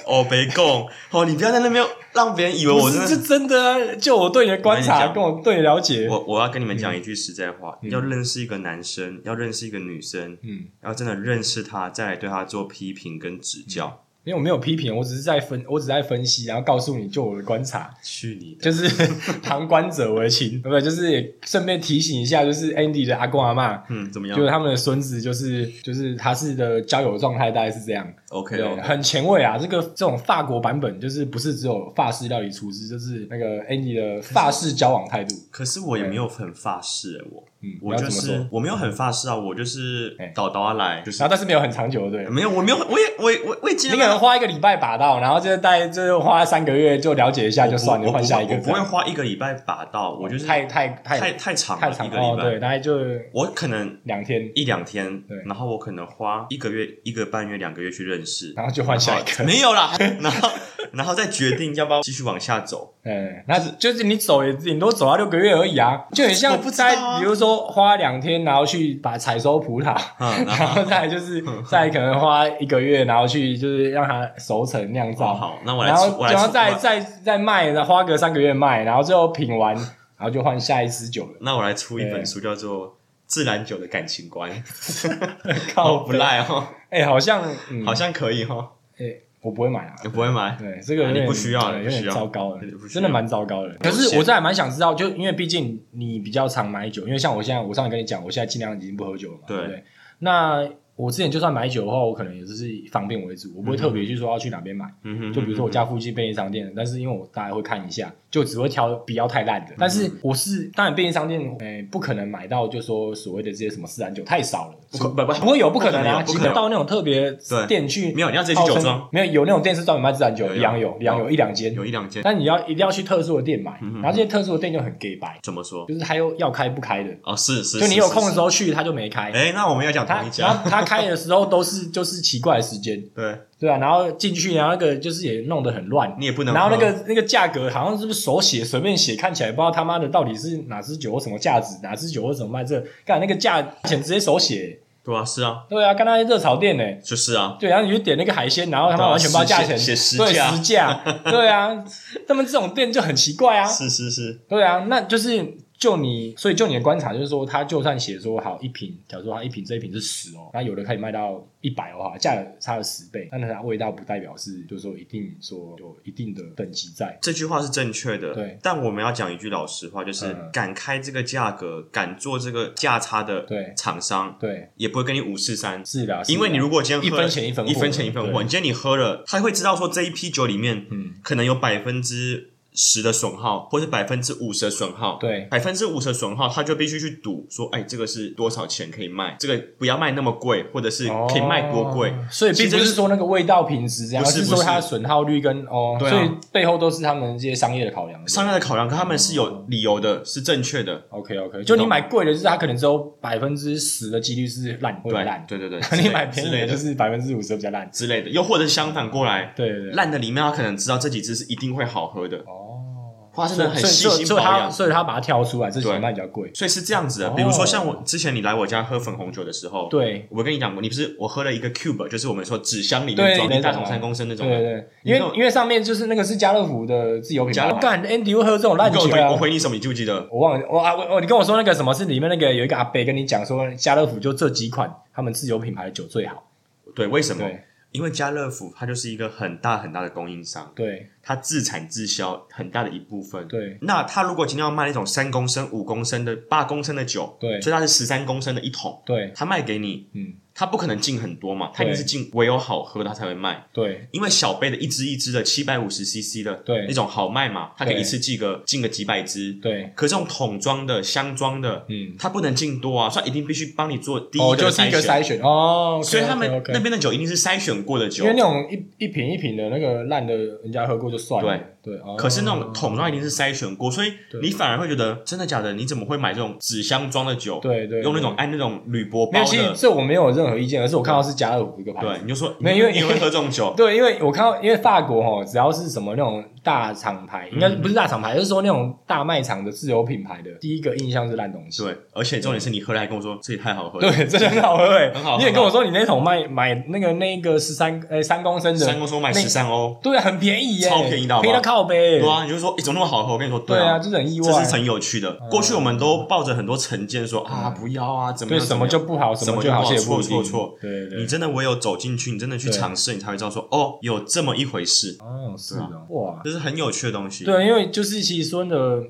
B: 哦，别供哦，你不要在那边让别人以为我
A: 不
B: 真
A: 是
B: 的
A: 是真的啊，就我对你的观
B: 我跟
A: 察，
B: 你讲
A: 跟我对你的了解，
B: 我我要跟你们讲一句实在话，
A: 嗯
B: 要认识一个男生，要认识一个女生，
A: 嗯，
B: 要真的认识他，再来对他做批评跟指教。
A: 因为我没有批评，我只是在分，我只是在分析，然后告诉你就我的观察。
B: 去你的！
A: 嗯就是 旁观者为清，对不对？就是也顺便提醒一下，就是 Andy 的阿公阿妈，
B: 嗯，怎么样
A: 就是他们的孙子，就是就是他是的交友状态大概是这样，
B: ？OK
A: 对，
B: 哦，
A: 很前卫啊。这个这种法国版本，就是不是只有法式料理厨师，就是那个 Andy 的法式交往态度。
B: 可是
A: 啊
B: 我也没有很法式欸，我
A: 嗯，你
B: 我
A: 要
B: 就
A: 怎么
B: 是
A: 说？
B: 我没有很法式啊，我就是
A: 哎
B: 倒倒啊来，就是
A: 然后但是没有很长久，对。
B: 没有，我没有，我也我也我我也尽
A: 你可能
B: 量。
A: 花一个礼拜把到，然后就带就花三个月就了解一下就算
B: 我
A: 了，换下一个
B: 我不
A: 这
B: 会
A: 样。
B: 花一个礼拜把到，我就是
A: 太太太
B: 太太长
A: 太
B: 了
A: 长
B: 一个
A: 哦，
B: 礼
A: 对，
B: 拜，
A: 大概就
B: 我可能
A: 两天，
B: 一两天
A: 对，
B: 然后我可能花一个月、一个半月、两个月去认识，哦
A: 然后就换下一个。
B: 没有啦，然后然后再决定要不要继续往 下走。
A: 嗯，那就是你走也顶多走到六个月而已啊，就很
B: 我
A: 像
B: 不知道
A: 在、
B: 啊
A: 比如说花两天，然后去把采收葡萄，
B: 嗯，然
A: 然
B: 后
A: 后再来就是再可能花一个月，然后去就是让它熟成酿造，
B: 好好，那我来
A: 啊然
B: 出，
A: 后
B: 我来
A: 然后
B: 出，
A: 再再再卖，然后花个三个月卖，然后最后品完，然后就换下一支酒了。
B: 那我来出一本书，叫做《自然酒的感情观》，
A: 靠
B: 哦，
A: 北
B: 不，赖哦，
A: 哎、好像、嗯、
B: 好像可以哦，
A: 哎、我不会买啊。
B: 你不会买？
A: 对，这个有
B: 啊你
A: 点
B: 不需要
A: 对
B: 你
A: 有
B: 不需要
A: 点糟糕了
B: 你不，需要
A: 真的蛮糟糕的。可是我这还蛮想知道，就因为毕竟你比较常买酒，因为像我现在，我上次跟你讲，我现在尽量已经不喝酒了嘛，对
B: 对
A: 不对？那我之前就算买酒的话，我可能也就是以方便为主，我不会特别去说要去哪边买。
B: 嗯哼，
A: 就比如说我家附近便利商店，但是因为我大概会看一下，就只会挑不要太烂的。但
B: 嗯
A: 是我是当然便利商店，诶、不可能买到就说所谓的这些什么自然酒太少了，
B: 不可
A: 不不会有不可能啊，
B: 不可能有不
A: 基
B: 可能
A: 本到那种特别
B: 对
A: 店去
B: 没有，你要直接去酒庄，
A: 没有有那种店是专门卖自然酒，
B: 有
A: 一样有，
B: 有
A: 一样有
B: 有
A: 一两间，
B: 有一两间，
A: 但你要一定要去特殊的店买，
B: 嗯嗯嗯
A: 然后这些特殊的店就很 gay 白，
B: 怎么说？
A: 就是他又要开不开的，
B: 哦，是是，
A: 就你有空的时
B: 候，
A: 候去，他就没开。
B: 哎，那我们要讲
A: 他
B: 同一
A: 然
B: 家，
A: 后他开的时候都是就是奇怪的时间，
B: 对
A: 对吧、然后进去，然后那个就是也弄得很乱，
B: 你也不能喝，
A: 然后那个那个价格好像是不是手写随便写，看起来不知道他妈的到底是哪支酒或什么价值，哪支酒或什么卖这，干那个价钱直接手写，
B: 对啊，是啊，
A: 对啊，刚才热炒店呢、
B: 就是啊，
A: 对，然后你就点那个海鲜，然后他们
B: 对啊
A: 完全不知道价钱，
B: 写写实
A: 对
B: 价
A: 实价，对啊，他们这种店就很奇怪啊，
B: 是是是，
A: 对啊，那就是就你，所以就你的观察，就是说他就算写说好一瓶，假如说他一瓶这一瓶是十哦，那有的可以卖到一百哦，哈，价格差了十倍，但是它味道不代表是就是说一定说有一定的等级在，
B: 这句话是正确的，
A: 对
B: 但我们要讲一句老实话，就是、
A: 嗯
B: 敢开这个价格、敢做这个价差的
A: 对
B: 厂商，
A: 对，
B: 也不会跟你五四三。
A: 是的啊，是的啊
B: 因为你如果今天喝了
A: 一分钱一分货
B: 一分钱一分货，
A: 对
B: 你今天你喝了，他会知道说这一批酒里面
A: 嗯
B: 可能有百分之十的损耗，或是百分之五十的损耗，
A: 对
B: 百分之五十的损耗，他就必须去赌说，哎，这个是多少钱可以卖？这个不要卖那么贵，或者是可以卖多贵？
A: 哦所以并不是说那个味道品质这样，
B: 不
A: 而
B: 是
A: 是说
B: 不是
A: 它的损耗率跟哦，
B: 对啊
A: 所以背后都是他们这些商业的考量。
B: 商业的考量，可他们是有理由的，是正确的。
A: OK OK，就你买贵的，就是它可能只有百分之十的几率是烂会
B: 对
A: 烂，
B: 对对对，
A: 哦你买便
B: 之
A: 宜
B: 类
A: 的就
B: 的
A: 是百分之五十比较烂。
B: 之类的，又或者是相反过来，
A: 对对对，
B: 烂的里面他可能知道这几支是一定会好喝的，
A: 哦，
B: 花生的很
A: 所以
B: 细
A: 所以
B: 心
A: 所以哦
B: 保
A: 它
B: 养。
A: 所以它把它挑出来，这
B: 对
A: 钱卖比较贵。
B: 所以是这样子的，比如说像我之前你来我家喝粉红酒的时候，
A: 对
B: 我跟你讲过，你不是我喝了一个 cube，就是我们说纸箱里面
A: 对
B: 装
A: 那
B: 一大
A: 种
B: 桶
A: 啊
B: 三公升那种
A: 对
B: 的
A: 对，对，因为
B: 你弄
A: 因为上面就是那个是家乐福的自由品
B: 家
A: 牌
B: 乐，福
A: 干 Andy 会喝这种烂
B: 你跟
A: 酒
B: 我回
A: 啊
B: 我！回你什么，你记不记得？
A: 我忘了，我啊我我你跟我说那个什么是里面那个有一个阿伯跟你讲说家乐福就这几款他们自有品牌的酒最好，
B: 对，为什么
A: 对？
B: 因为家乐福它就是一个很大很大的供应商，
A: 对
B: 它自产自销很大的一部分。
A: 对
B: 那它如果今天要卖那种三公升、五公升的、八公升的酒，
A: 对
B: 所以它是十三公升的一桶，
A: 对，
B: 它卖给你，
A: 嗯
B: 它不可能进很多嘛，它一定
A: 对
B: 是进唯有好喝的它才会卖。
A: 对
B: 因为小杯的一支一支的七百五十 CC 的，
A: 对
B: 那种好卖嘛，它可以
A: 对
B: 一次进个进个几百支。
A: 对，
B: 可这种桶装的、箱装的，
A: 嗯，
B: 它不能进多啊，所以一定必须帮你做第一
A: 哦
B: 个
A: 就
B: 的
A: 是一
B: 筛
A: 个
B: 选。
A: 筛选哦，
B: 所以他们
A: OK，OK，OK
B: 那边的酒一定是筛选过的酒
A: 因为，那种一一瓶一瓶的那个烂的，人家喝过就算了，对对，哦
B: 可是那种桶装一定是筛选过，所以
A: 对
B: 你反而会觉得真的假的？你怎么会买这种纸箱装的酒？
A: 对对
B: 用那种按那种铝箔
A: 没
B: 包
A: 有，其实
B: 的，
A: 这我没有任何意见，而是我看到是家乐福一个牌子
B: 对，，你就说
A: 没有因为
B: 你会喝这种 酒，
A: 对，因为我看到，因为法国哦，只要是什么那种大厂牌，
B: 嗯
A: 应该不是大厂牌，就是说那种大卖场的自有品牌的，第一个印象是烂东西。
B: 对，而且重点是你喝了还跟我说这也太好喝了，
A: 对，真的很好喝哎、
B: 很好喝
A: 你也跟我说你那桶卖买那个那个十三呃三公升的，
B: 三公升买
A: 那
B: 十三欧，
A: 对，啊很便宜耶、
B: 超便宜的好不
A: 便
B: 好
A: 宜到靠背、
B: 对啊，你就说诶怎么那么好喝？我跟你说，
A: 对
B: 啊
A: 啊，，就是很意
B: 这
A: 外嗯
B: 是，很有趣的。过去我们都抱着很多成见说啊，不要啊，怎么
A: 对
B: 样
A: 什么就
B: 怎样
A: 不好，
B: 什么
A: 么
B: 就
A: 就好，
B: 不好
A: 谢谢不一
B: 错
A: 定
B: 错错，
A: 对对
B: 你真的唯有走进去，你真的去
A: 对
B: 尝试，你才会知道说哦，有这么一回事，
A: 哦是
B: 对
A: 哦、哇，
B: 这是很有趣的东西。
A: 对，因为就是其实说真的，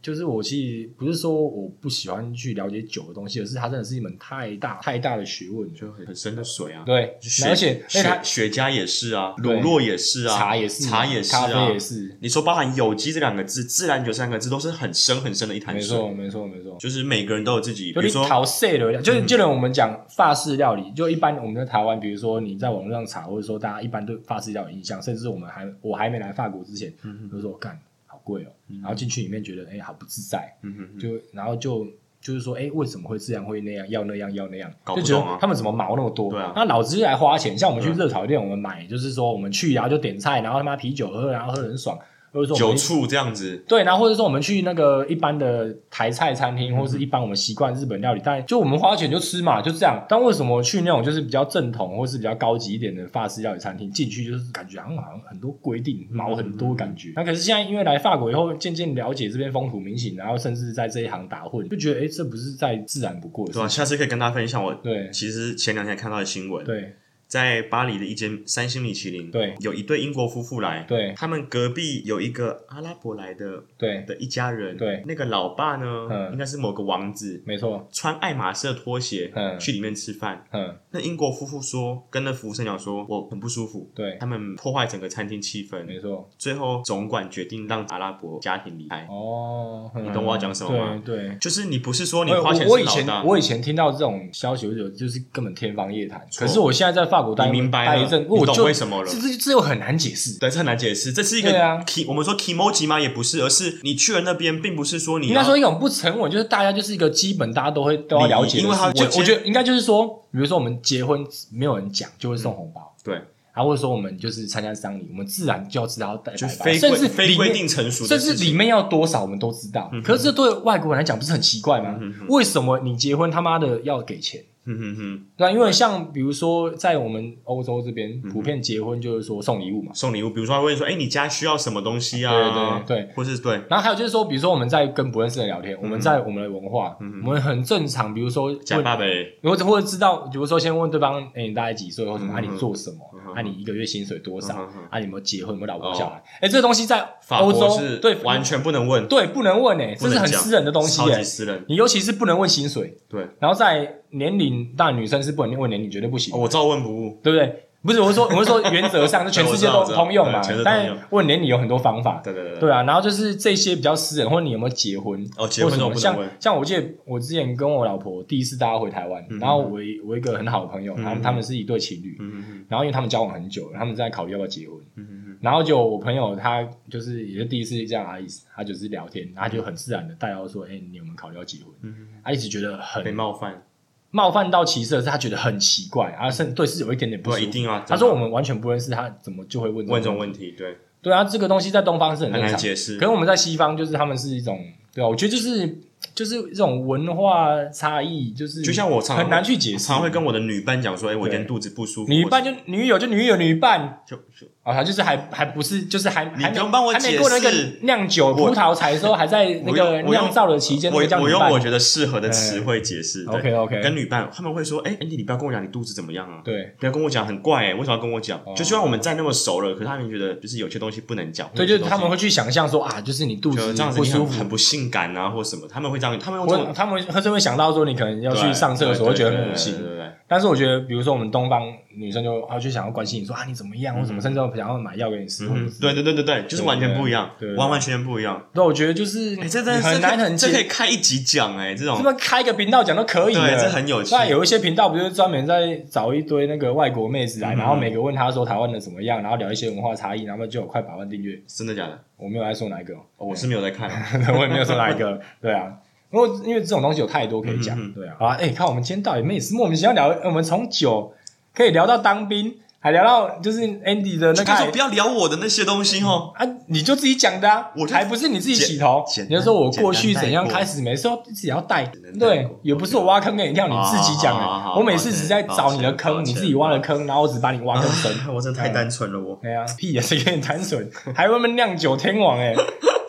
A: 就是我其实不是说我不喜欢去了解酒的东西，而是它真的是一门太大太大的学问了。
B: 就很很深的水啊。
A: 对，
B: 雪
A: 而且而且
B: 雪
A: 它
B: 雪茄也是啊，
A: 对
B: 乳酪也是啊，
A: 茶也是嘛，
B: 茶也是
A: 咖
B: 啊
A: 啡也。是，
B: 你说包含有机这两个字，自然酒这两个字，都是很深很深的一
A: 没
B: 潭
A: 错
B: 水。
A: 没错没错。
B: 就是每个人都有自己，比
A: 就
B: 如
A: 你
B: 说嗯
A: 淘色的料，就是就连我们讲法式料理，就一般我们在台湾，比如说你在网络上查，或者说大家一般对法式料理印象，甚至我们还我还没来法国之前，
B: 嗯
A: 就说干好贵哦，然后进去里面觉得哎好不自在，
B: 嗯哼，
A: 就然后就就是说，哎、为什么会这样，会那样，要那样，要那样，
B: 搞不
A: 就觉
B: 懂啊
A: 得他们怎么毛那么多？
B: 对啊
A: 那老子就来花钱。像我们去
B: 对啊
A: 热炒店，我们买就是说，我们去然后就点菜，然后他妈啤酒喝，然后喝得很爽，或者说我
B: 酒
A: 们
B: 醋这样子，
A: 对，然后或者说我们去那个一般的台菜餐厅，或是一般我们习惯日本料理，但就我们花钱就吃嘛，就这样。但为什么去那种就是比较正统或是比较高级一点的法式料理餐厅进去，就是感觉好像好像很多规定，毛很多感
B: 嗯
A: 觉。那可是现在因为来法国以后，渐渐了解这边风土民情，然后甚至在这一行打混，就觉得哎，诶这不是再自然不过的
B: 对吧、
A: 事情。
B: 下次可以跟大家分享我
A: 对
B: 其实前两天看到的新闻，
A: 对
B: 在巴黎的一间三星米其林，
A: 对
B: 有一对英国夫妇来，
A: 对
B: 他们隔壁有一个阿拉伯来的
A: 对，
B: 的一家人，
A: 对
B: 那个老爸呢，
A: 嗯
B: 应该是某个王子，
A: 没错，
B: 穿爱马仕的拖鞋、
A: 嗯
B: 去里面吃饭。
A: 嗯，
B: 那英国夫妇说，跟那服务生讲说，我很不舒服，
A: 对
B: 他，们破坏整个餐厅气氛。
A: 没错。
B: 最后总管决定让阿拉伯家庭离开。
A: 哦，
B: 你懂我要讲什么吗
A: 对对。
B: 就是你不是说哦你
A: 哎我
B: 花钱
A: 我
B: 是
A: 以
B: 老
A: 前
B: 大，
A: 我以前听到这种消息，我就觉得就是根本天方夜谭。
B: 错
A: 可是我现在在法国待
B: 你明白了
A: 待一阵，
B: 你
A: 我
B: 懂
A: 就
B: 为什么了
A: 这这这又很难解释。
B: 对，这很难解释。这是一
A: 对啊
B: 个 k 我们说 k i m o j i 吗？也不是，而是你去了那边，并不是说你
A: 应
B: 要
A: 该说一种不成文，就是大家就是一个基本，大家都会都要了解的事。
B: 因为他
A: 我
B: 就
A: 我觉得应该就是说，比如说我们结婚没有人讲，就会送红包。
B: 对，
A: 啊，或者说我们就是参加丧礼，我们自然就要知道要带
B: 就
A: 白
B: 非
A: 包，甚
B: 规
A: 至
B: 非
A: 里
B: 规
A: 面
B: 定成熟的
A: 甚
B: 事
A: 至
B: 情，嗯
A: 里面要多少我们都知道。可是这对外国人来讲不是很奇怪吗？
B: 嗯哼
A: 为什么你结婚他妈的要给钱？
B: 嗯哼哼，
A: 对啊，因为像比如说在我们欧洲这边，
B: 嗯
A: 普遍结婚就是说送礼物嘛。
B: 送礼物，比如说他问说，哎，你家需要什么东西啊？
A: 对对
B: 或是对，
A: 然后还有就是说，比如说我们在跟不认识的人
B: 嗯
A: 聊天，我们在我们的文化，我们很正常，比如说
B: 假爸
A: 问，
B: 爸，
A: 或者或者知道，比如说先问对方，哎、你大概几岁或什么？啊，你做什么
B: 嗯哼？
A: 啊，你一个月薪水多少
B: 嗯哼哼？
A: 啊，你有没有结婚？有没有老
B: 哦
A: 婆小孩？哎、这个东西在
B: 法
A: 欧
B: 国
A: 洲
B: 是
A: 对
B: 完全不能问，
A: 对不能问哎、
B: 不
A: 这是
B: 能
A: 很
B: 讲
A: 私人的东西
B: 超
A: 哎、
B: 级私人。
A: 你尤其是不能问薪水，
B: 对，
A: 然后在年龄，当然女生是不能问年龄，绝对不行。
B: 哦我照问不误。
A: 对不对？不是，我是说，我是说，原则 上是全世界都
B: 我知道
A: 通用嘛
B: 对全世界。通
A: 但
B: 用
A: 问年你有很多方法，
B: 对对对
A: 对啊。然后就是这些比较私人，或者你有没有结婚？
B: 哦结婚
A: 或什么
B: 都不能
A: 像
B: 问
A: 像我记得我之前跟我老婆第一次大家回台湾，然后我一我一个很好的朋友，他们他们是一对情侣，
B: 嗯嗯
A: 然后因为他们交往很久了，他们正在考虑要不要结婚。
B: 嗯嗯嗯
A: 然后就我朋友他就是也是第一次这样阿姨，他就是聊天，然后他就很自然的带到说：“哎、你有没有考虑要结婚
B: 嗯，？”
A: 他一直觉得
B: 嗯被
A: 很
B: 冒犯，
A: 冒犯到其次的是，他觉得很奇怪，啊，甚对是有一点点不
B: 对，
A: 舒
B: 一
A: 服。
B: 定啊。
A: 他说我们完全不认识他，怎么就会问
B: 问这种
A: 问题？
B: 问题，对，
A: 对啊，这个东西在东方是很
B: 很
A: 正
B: 难
A: 常，
B: 解
A: 可
B: 释
A: 是。我们在西方就是他们是一种对啊，我觉得就是就是这种文化差异，就是
B: 就像我常常
A: 很难去解释
B: 常。常会跟我的女伴讲说，哎，我今天
A: 对
B: 肚子不舒服。
A: 女
B: 我
A: 伴就女友就女友女伴
B: 就就
A: 啊，他就是还还不是就是还
B: 你
A: 还
B: 不
A: 没
B: 用帮我
A: 还
B: 解
A: 没
B: 释
A: 过那个酿酒葡萄采收，还在那
B: 我
A: 个
B: 用我用
A: 酿造的期间，
B: 我
A: 那个叫
B: 我
A: 女
B: 用
A: 伴哎
B: 我觉得适合的词汇解释。对
A: OK OK
B: 跟女伴他们会说，哎，Andy，你不要跟我讲你肚子怎么样啊。
A: 对
B: 不要跟我讲，很怪哎、为什么要跟我讲？
A: 哦
B: 就虽然我们在那么熟了，可是他们觉得就是有些东西不能讲，
A: 对，
B: 或者
A: 就
B: 有
A: 是
B: 些
A: 他们
B: 东
A: 会去想象说啊，就是你肚
B: 西
A: 子
B: 就这样子
A: 不
B: 你很
A: 舒服，
B: 很不性感啊，或什么，他们会这样，他们用这
A: 我
B: 种
A: 他们甚至会想到说你可能要去
B: 对啊
A: 上厕所，会
B: 对
A: 觉得
B: 对
A: 很
B: 对
A: 恶
B: 对
A: 心。
B: 对对
A: 但是我觉得，比如说我们东方女生就啊就想要关心你说啊你怎么样或什么，甚至想要买药给你吃。
B: 嗯，对对对对对，就是完全不一样
A: 嗯对对，对
B: 完完全全不一样。
A: 对，我觉得就是
B: 哎，这真的是
A: 很难
B: 可以
A: 很
B: 这可以
A: 解，
B: 开一集讲哎，这
A: 这
B: 种
A: 么开个频道讲都可以
B: 对，
A: 了
B: 这很有趣
A: 那。有一些频道不就是专门在找一堆那个外国妹
B: 嗯
A: 子来，然后每个问她说台湾的怎么样，然后聊一些文化差异，然后就有快百万订阅。
B: 真的假的？
A: 我没有在说哪一个哦，
B: 哦我是没有在看啊，
A: 我也没有说哪一个， 对啊。因为因为这种东西有太多可以讲，
B: 嗯嗯
A: 对啊。好啊，哎、看我们今天到底妹是莫名其妙聊，我们从酒可以聊到当兵，还聊到就是 Andy 的那
B: 就跟说
A: 个
B: 不要聊我的那些东西哦。
A: 啊，你就自己讲的啊，
B: 我就
A: 还不是你自己起头
B: 简，
A: 你就说我
B: 简单
A: 过去
B: 带
A: 怎样
B: 过
A: 开始，每次都自己要带，
B: 单带
A: 对
B: 过，
A: 也不是我挖坑给你跳，你自己讲
B: 哦好好
A: 的
B: 好。
A: 我每次
B: 抱歉
A: 只在找你的
B: 抱
A: 坑，你
B: 歉
A: 自己挖了坑，然后 我只把你挖更深。
B: 我真的太单纯了，我
A: 哎呀，屁也是给你单纯，还外面酿酒天王哎、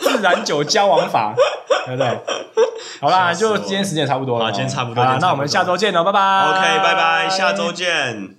A: 自然酒交往法，对不对？好啦，
B: 吓死我
A: 就
B: 了
A: 今天时间也差不多了，
B: 好今天差不多
A: 好啦
B: 今天差不多
A: 那我们下周见喽，拜拜。
B: OK，拜拜，下周见。